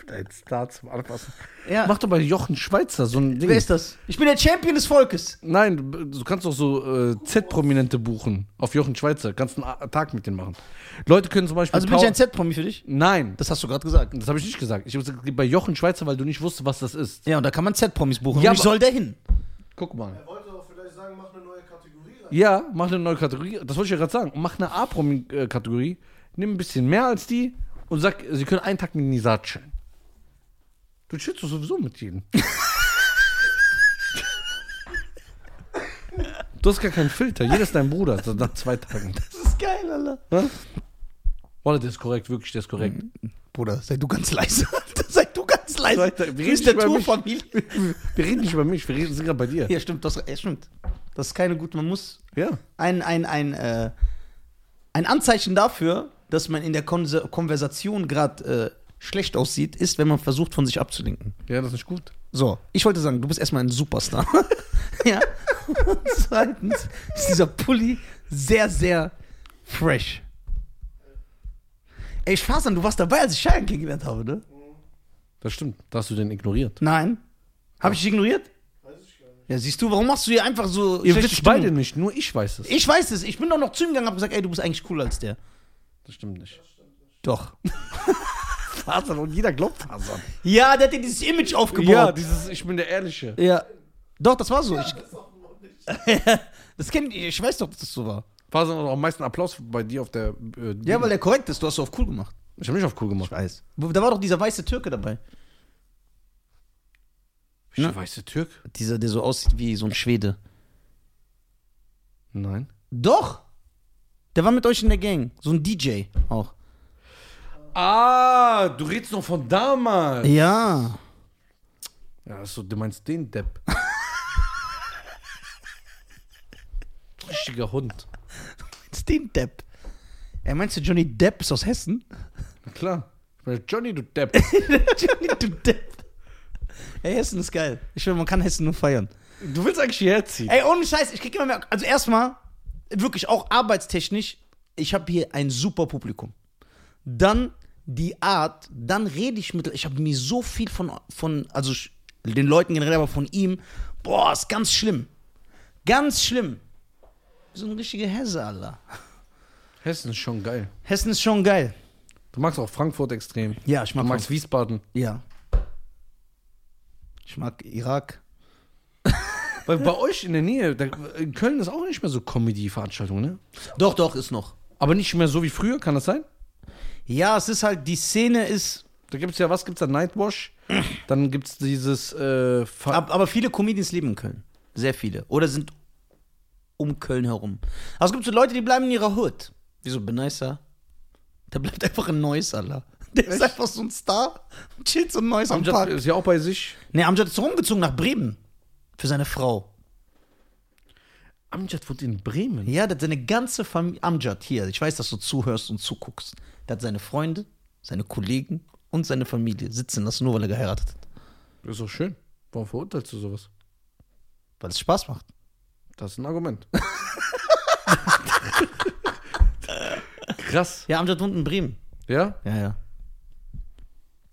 S1: Ein Star zum Anfassen.
S2: Ja.
S1: Mach doch bei Jochen Schweizer so ein Ding.
S2: Wer ist das? Ich bin der Champion des Volkes.
S1: Nein, du du kannst doch so äh, Z-Prominente buchen auf Jochen Schweizer. Kannst einen A- Tag mit denen machen. Leute können zum Beispiel.
S2: Also bin ich
S1: Paul-
S2: ein Z-Promi für dich?
S1: Nein,
S2: Das hast du gerade gesagt.
S1: das habe ich nicht gesagt. Ich habe gesagt, bei Jochen Schweizer, weil du nicht wusstest, was das ist.
S2: Ja, und da kann man Z-Promis buchen.
S1: Ja,
S2: Ja, und ich
S1: aber-
S2: soll da hin.
S1: Guck mal.
S5: Er wollte auch vielleicht sagen, mach eine neue Kategorie rein.
S1: Ja, mach eine neue Kategorie. Das wollte ich ja gerade sagen. Mach eine A-Promi-Kategorie. Nimm ein bisschen mehr als die und sag, sie können einen Tag mit Nisat chillen. Du chillst doch sowieso mit jedem. du hast gar keinen Filter. Jeder ist dein Bruder. Also nach zwei Tagen.
S2: Das ist geil, Alter.
S1: Warte, der ist korrekt. Wirklich, der ist korrekt.
S2: Bruder, sei du ganz leise, Alter. Sei du ganz leise.
S1: Leute, wir
S2: du
S1: reden
S2: bist der
S1: nicht über mich.
S2: Tourfamilie.
S1: Wir reden nicht über mich. Wir reden sind gerade bei dir.
S2: Ja, stimmt. Das, ja, stimmt. Das ist keine gute. Man muss
S1: Ja.
S2: ein, ein, ein, äh, ein Anzeichen dafür, dass man in der Konse Konversation gerade äh, schlecht aussieht, ist, wenn man versucht, von sich abzulenken.
S1: Ja, das ist nicht gut.
S2: So, ich wollte sagen, du bist erstmal ein Superstar. ja. Und zweitens ist dieser Pulli sehr, sehr fresh. Ey, ich an, du warst dabei, als ich Cheyenne kennengelernt habe, ne?
S1: Das stimmt. Da hast du den ignoriert.
S2: Nein. Habe ich dich ignoriert?
S5: Weiß ich gar nicht.
S2: Ja, siehst du, warum machst du hier einfach so.
S1: Ihr
S2: schlechte
S1: wisst
S2: Stimmung?
S1: beide nicht. Nur ich weiß es.
S2: Ich weiß es. Ich bin doch noch zu ihm gegangen und hab gesagt, ey, du bist eigentlich cooler als der.
S1: Das stimmt nicht.
S2: Doch.
S1: Fasan und jeder glaubt Fasan.
S2: Ja, der hat dir dieses Image
S1: Ja,
S2: aufgebaut.
S1: dieses Ich bin der Ehrliche.
S2: Ja. Doch, das war so. Ich, das kenn ich. Ich weiß doch, dass das so war.
S1: Fasan hat auch am meisten Applaus bei dir auf der. Äh,
S2: Ja,
S1: Bühne.
S2: weil der korrekt ist. Du hast so auf cool gemacht.
S1: Ich hab mich auf cool gemacht.
S2: weiß. Da war doch dieser weiße Türke dabei.
S1: Welcher weiße Türk?
S2: Dieser, der so aussieht wie so ein Schwede.
S1: Nein.
S2: Doch! Der war mit euch in der Gang. So ein DJ auch.
S1: Ah, du redest noch von damals.
S2: Ja.
S1: Ja, achso, du meinst den Depp. Richtiger Hund.
S2: Den Depp. Er meinst du, Johnny Depp ist aus Hessen?
S1: Na klar. Ich meine, Johnny, du Depp.
S2: Johnny du Depp. Ey, Hessen ist geil. Ich finde, man kann Hessen nur feiern.
S1: Du willst eigentlich hierher ziehen.
S2: Ey, ohne Scheiß, ich krieg immer mehr. Also erstmal, wirklich auch arbeitstechnisch, ich habe hier ein super Publikum. Dann die Art, dann rede ich mit. Ich habe mir so viel von, von, also sch- den Leuten generell, aber von ihm. Boah, ist ganz schlimm. Ganz schlimm. So ein richtiger Hesse, Alter.
S1: Hessen ist schon geil.
S2: Hessen ist schon geil.
S1: Du magst auch Frankfurt extrem.
S2: Ja, ich
S1: Du
S2: mag
S1: magst Wiesbaden.
S2: Ja. Ich mag Irak.
S1: Weil bei euch in der Nähe, da, in Köln ist auch nicht mehr so Comedy-Veranstaltung, ne?
S2: Doch, doch, ist noch.
S1: Aber nicht mehr so wie früher, kann das sein?
S2: Ja, es ist halt, die Szene ist.
S1: Da gibt's ja, was gibt's da? Nightwash. Dann gibt's dieses, äh, Fa-
S2: Ab, aber viele Comedians leben in Köln. Sehr viele. Oder sind um Köln herum. Aber es gibt so Leute, die bleiben in ihrer Hood. Wie so Beneisser. Der bleibt einfach in Neuss, Alter. Der ist einfach so ein Star. und Chillt so in Neuss am
S1: Amjad äh,
S2: Park.
S1: ist ja auch bei sich.
S2: Nee, Amjad ist rumgezogen nach Bremen. Für seine Frau.
S1: Amjad wohnt in Bremen.
S2: Ja, der hat seine ganze Familie. Amjad, hier, ich weiß, dass du zuhörst und zuguckst. Der hat seine Freunde, seine Kollegen und seine Familie sitzen lassen, nur weil er geheiratet hat.
S1: Ist doch schön. Warum verurteilst du sowas?
S2: Weil es Spaß macht.
S1: Das ist ein Argument. Krass.
S2: Ja, Amjad wohnt in Bremen.
S1: Ja?
S2: Ja, ja.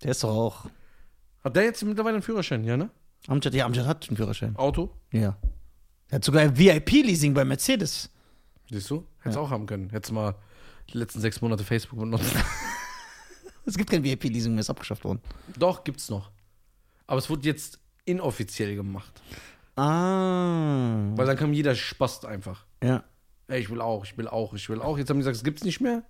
S2: Der ist doch auch.
S1: Hat der jetzt mittlerweile einen Führerschein, ja, ne?
S2: Amjad, ja, Amjad hat einen Führerschein.
S1: Auto?
S2: Ja. Er hat sogar ein VIP-Leasing bei Mercedes.
S1: Siehst du? Hättest auch haben können. Hättest mal die letzten sechs Monate Facebook benutzt.
S2: Es gibt kein VIP-Leasing mehr, ist abgeschafft worden.
S1: Doch, gibt's noch. Aber es wurde jetzt inoffiziell gemacht.
S2: Ah.
S1: Weil dann kam jeder Spast einfach.
S2: Ja.
S1: Ey, ich will auch, ich will auch, ich will auch. Jetzt haben die gesagt, es gibt's nicht mehr.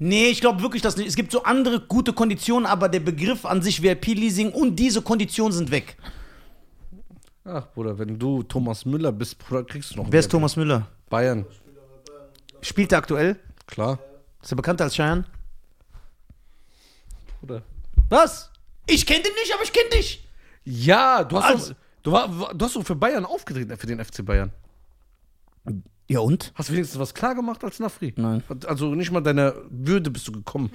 S2: Nee, ich glaube wirklich, dass nicht. Es gibt so andere gute Konditionen, aber der Begriff an sich VIP-Leasing und diese Konditionen sind weg.
S1: Ach, Bruder, wenn du Thomas Müller bist, Bruder, kriegst du noch
S2: Wer ist
S1: mehr.
S2: Thomas Müller?
S1: Bayern,
S2: Spielt er aktuell?
S1: klar.
S2: Ist er bekannter als Cheyenne?
S1: Bruder.
S2: Was? Ich kenne den nicht, aber ich kenne dich.
S1: Ja, du hast,
S2: Also-
S1: doch, du, war, du hast doch für Bayern aufgetreten, äh, für den FC Bayern.
S2: Ja und?
S1: Hast du wenigstens was klar gemacht als Nafri?
S2: Nein.
S1: Also nicht mal deiner Würde bist du gekommen.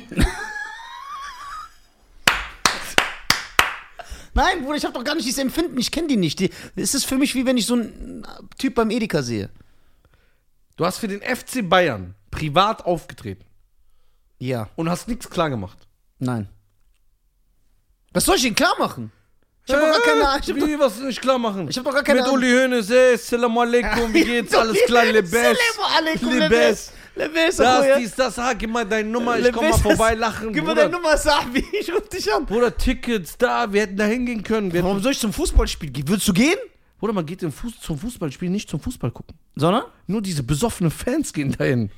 S2: Nein, Bruder, ich habe doch gar nicht dieses Empfinden. Ich kenne die nicht. Die, es ist für mich wie wenn ich so einen Typ beim Edeka sehe.
S1: Du hast für den FC Bayern privat aufgetreten
S2: Ja.
S1: und hast nichts klar gemacht.
S2: Nein. Was soll ich denn klar machen? Ich habe doch gar keine Ahnung. Ich hab doch-
S1: Wie, was nicht klar machen?
S2: Ich hab doch gar keine
S1: Mit
S2: Ahnung.
S1: Uli Hoeneß, ey, Salam alaikum, wie geht's? Alles klar, Lebes.
S2: Salam alaikum,
S1: Lebes.
S2: Lebes,
S1: Das,
S2: Bruder.
S1: dies, das, ha, gib mal deine Nummer, ich komm mal
S2: Lebes.
S1: vorbei, lachen.
S2: Gib mir
S1: Bruder.
S2: deine Nummer, Sabi. Ich ruf dich an.
S1: Bruder, Tickets da, wir hätten da hingehen können. Wir hätten,
S2: Warum soll ich zum Fußballspiel gehen? Würdest du gehen?
S1: Bruder, man geht den Fuß, zum Fußballspiel, nicht zum Fußball gucken.
S2: Sondern?
S1: Nur diese besoffenen Fans gehen dahin.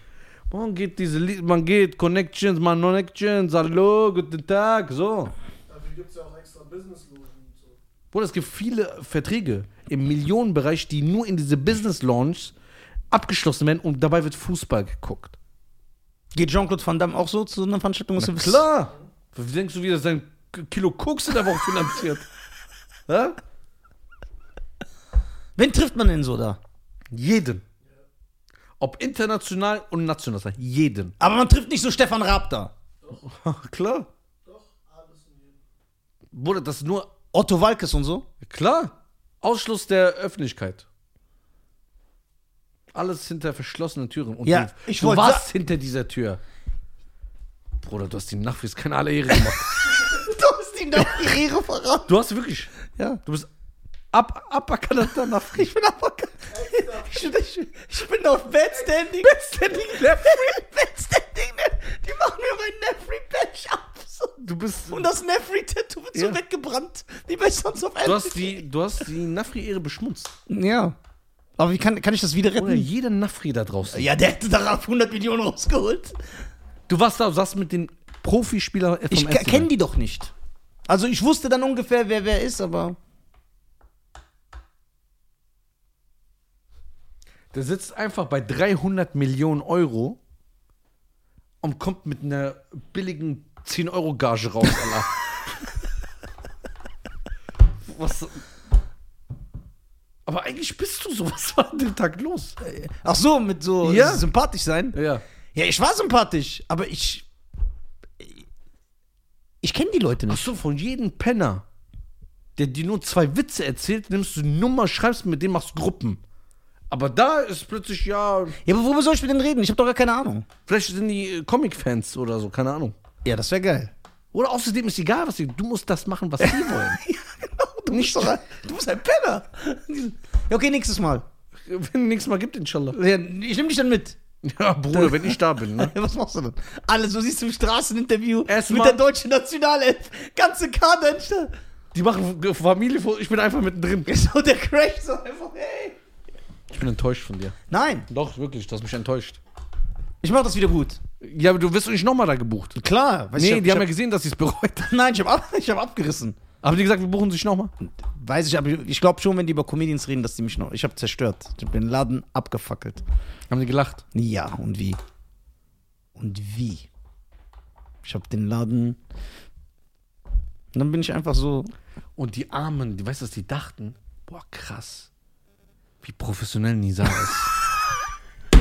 S1: Man geht diese, Lie- man geht Connections, man Connections, hallo, guten Tag, so.
S5: Darf ich Dafür gibt es ja auch extra Business-Lohn und so.
S1: Bruder, es gibt viele Verträge im Millionenbereich, die nur in diese Business Launch abgeschlossen werden und dabei wird Fußball geguckt.
S2: Geht Jean-Claude Van Damme auch so zu einer Veranstaltung? Na,
S1: Klar! Wie denkst du, wie das sein Kilo Koks in der Woche finanziert? Hä?
S2: Wen trifft man denn so da?
S1: Jeden. Ob international und national, jeden.
S2: Aber man trifft nicht so Stefan Raab da.
S1: Klar.
S5: Doch, alles und jeden.
S1: Bruder, das ist nur
S2: Otto Walkes und so?
S1: Klar, Ausschluss der Öffentlichkeit. Alles hinter verschlossenen Türen. Und
S2: Ja,
S1: du,
S2: ich
S1: du
S2: wollt
S1: warst hinter dieser Tür. Bruder, du hast dem Nachwuchs keine alle Ehre gemacht.
S2: Du hast ihm doch die Ehre verraten.
S1: du hast wirklich,
S2: Ja.
S1: du bist ab, aberkannter Nachwuchs.
S2: Ich bin aber. Ich, ich, ich bin auf Bedstanding. Bedstanding Left Bedstanding Left. Die machen mir mein Nefri Patch ab. So.
S1: Du bist,
S2: Und das Nefri Tattoo wird so
S1: Ja.
S2: weggebrannt. Wie bei Sons of
S1: du hast die, du hast die Nafri-Ehre beschmutzt.
S2: Ja. Aber wie kann, kann ich das wieder
S1: Oder
S2: retten?
S1: jeder Nafri da draußen.
S2: Hm. Ja, der hätte darauf 100 Millionen rausgeholt.
S1: Du warst da, saß mit dem Profispieler vom
S2: Ich
S1: FC Bayern.
S2: kenne die doch nicht. Also ich wusste dann ungefähr, wer wer ist, aber.
S1: Der sitzt einfach bei 300 Millionen Euro und kommt mit einer billigen 10-Euro-Gage raus, Alter. Was? Aber eigentlich bist du so. Was war an dem Tag los?
S2: Ach so, mit so
S1: Ja.
S2: sympathisch sein.
S1: Ja.
S2: Ja, ich war sympathisch, aber ich. Ich kenne die Leute nicht.
S1: Achso, von jedem Penner, der dir nur zwei Witze erzählt, nimmst du eine Nummer, schreibst mit dem, machst Gruppen. Aber da ist plötzlich, ja,
S2: Ja, aber worüber soll ich mit denen reden? Ich habe doch gar keine Ahnung.
S1: vielleicht sind die äh, Comic-Fans oder so, keine Ahnung.
S2: Ja, das wäre geil.
S1: Oder außerdem ist egal, was die, du musst das machen, was die wollen.
S2: ja, genau. Du bist, doch ein, du bist ein Penner. Ja, okay, nächstes Mal.
S1: Wenn nichts mal gibt, inshallah.
S2: Ja, Ich nehme dich dann mit.
S1: Ja, Bruder, wenn ich da bin, ne?
S2: Ja, Was machst du denn? Alles, du siehst du im Straßeninterview
S1: Erstmal-
S2: mit der deutschen Nationalelf. Ganze Kader in Sta-
S1: Die machen Familie vor, ich bin einfach mittendrin.
S2: So der Crash, so einfach, hey.
S1: Ich bin enttäuscht von dir.
S2: Nein,
S1: Doch, wirklich, du hast mich enttäuscht.
S2: ich mach das wieder gut.
S1: Ja, aber du wirst doch nicht nochmal da gebucht.
S2: Klar. Weiß
S1: Nee,
S2: ich,
S1: die haben ja
S2: ich
S1: gesehen, dass sie es bereut haben.
S2: hab, Nein, ich habe ab, ich hab abgerissen.
S1: Haben die gesagt, wir buchen sich nochmal?
S2: Weiß ich, aber ich glaube schon, wenn die über Comedians reden, dass die mich noch. Ich habe zerstört. Ich habe den Laden abgefackelt.
S1: Haben die gelacht.
S2: Ja, und wie? Und wie? Ich habe den Laden. Und dann bin ich einfach so.
S1: Und die Armen, die weißt du, was die dachten? Boah, krass. Wie professionell Nisa ist.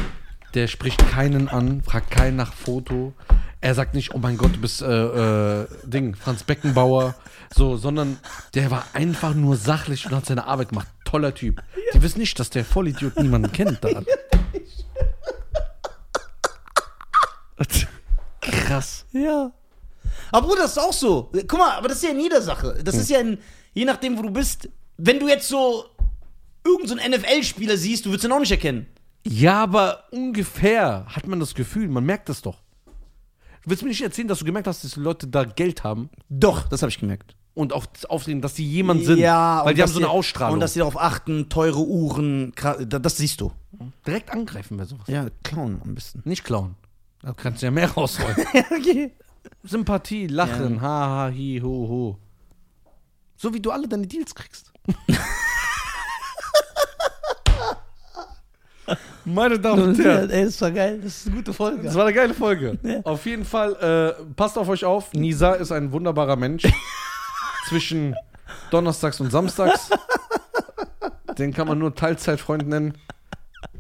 S1: Der spricht keinen an, fragt keinen nach Foto. Er sagt nicht, oh mein Gott, du bist äh, äh, Ding, Franz Beckenbauer. So, sondern der war einfach nur sachlich und hat seine Arbeit gemacht. Toller Typ. Die wissen nicht, dass der Vollidiot niemanden kennt da. Krass.
S2: Ja. Aber Bruder, das ist auch so. Guck mal, aber das ist ja in jeder Sache. Das ist ja in, je nachdem, wo du bist. Wenn du jetzt so irgendeinen so NFL-Spieler siehst, du würdest ihn auch nicht erkennen.
S1: Ja, aber ungefähr hat man das Gefühl, man merkt das doch. Du willst mir nicht erzählen, dass du gemerkt hast, dass die Leute da Geld haben
S2: Doch, das habe ich gemerkt.
S1: und auf, aufsehen, dass die jemand sind. weil
S2: und
S1: die haben
S2: dass
S1: so eine
S2: sie-
S1: Ausstrahlung.
S2: Und dass sie darauf achten, teure Uhren, kra- da- das siehst du.
S1: direkt angreifen wir sowas.
S2: Ja, klauen am besten.
S1: Nicht klauen. Da kannst du ja mehr rausholen.
S2: okay.
S1: Sympathie, Lachen, ha, ha, hi, ho, ho. So wie du alle deine Deals kriegst. Meine Damen und
S2: Ja,
S1: Herren,
S2: ey, das war geil. Das ist eine gute Folge.
S1: das war eine geile Folge. Auf jeden Fall, äh, passt auf euch auf. Nisa ist ein wunderbarer Mensch. Zwischen Donnerstags und Samstags. Den kann man nur Teilzeitfreund nennen.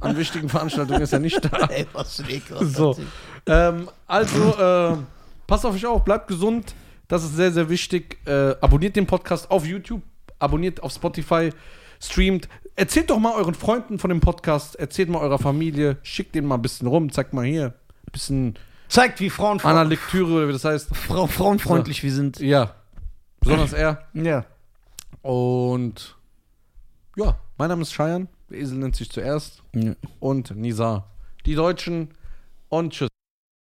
S1: An wichtigen Veranstaltungen ist er nicht da.
S2: ey, was für ein Ekel, was
S1: So.
S2: hat sich-
S1: Ähm, also, äh, passt auf euch auf, bleibt gesund. Das ist sehr, sehr wichtig. Äh, abonniert den Podcast auf YouTube, abonniert auf Spotify, streamt. Erzählt doch mal euren Freunden von dem Podcast, erzählt mal eurer Familie, schickt den mal ein bisschen rum, zeigt mal hier. Ein bisschen
S2: Zeigt, wie Frauen,
S1: Anna Lektüre oder wie das heißt.
S2: Frau, frauenfreundlich wir sind.
S1: Ja. Besonders er.
S2: Ja.
S1: Und ja, mein Name ist Scheiern. Der Esel nennt sich zuerst.
S2: ja.
S1: Und Nisa. Die Deutschen. Und tschüss.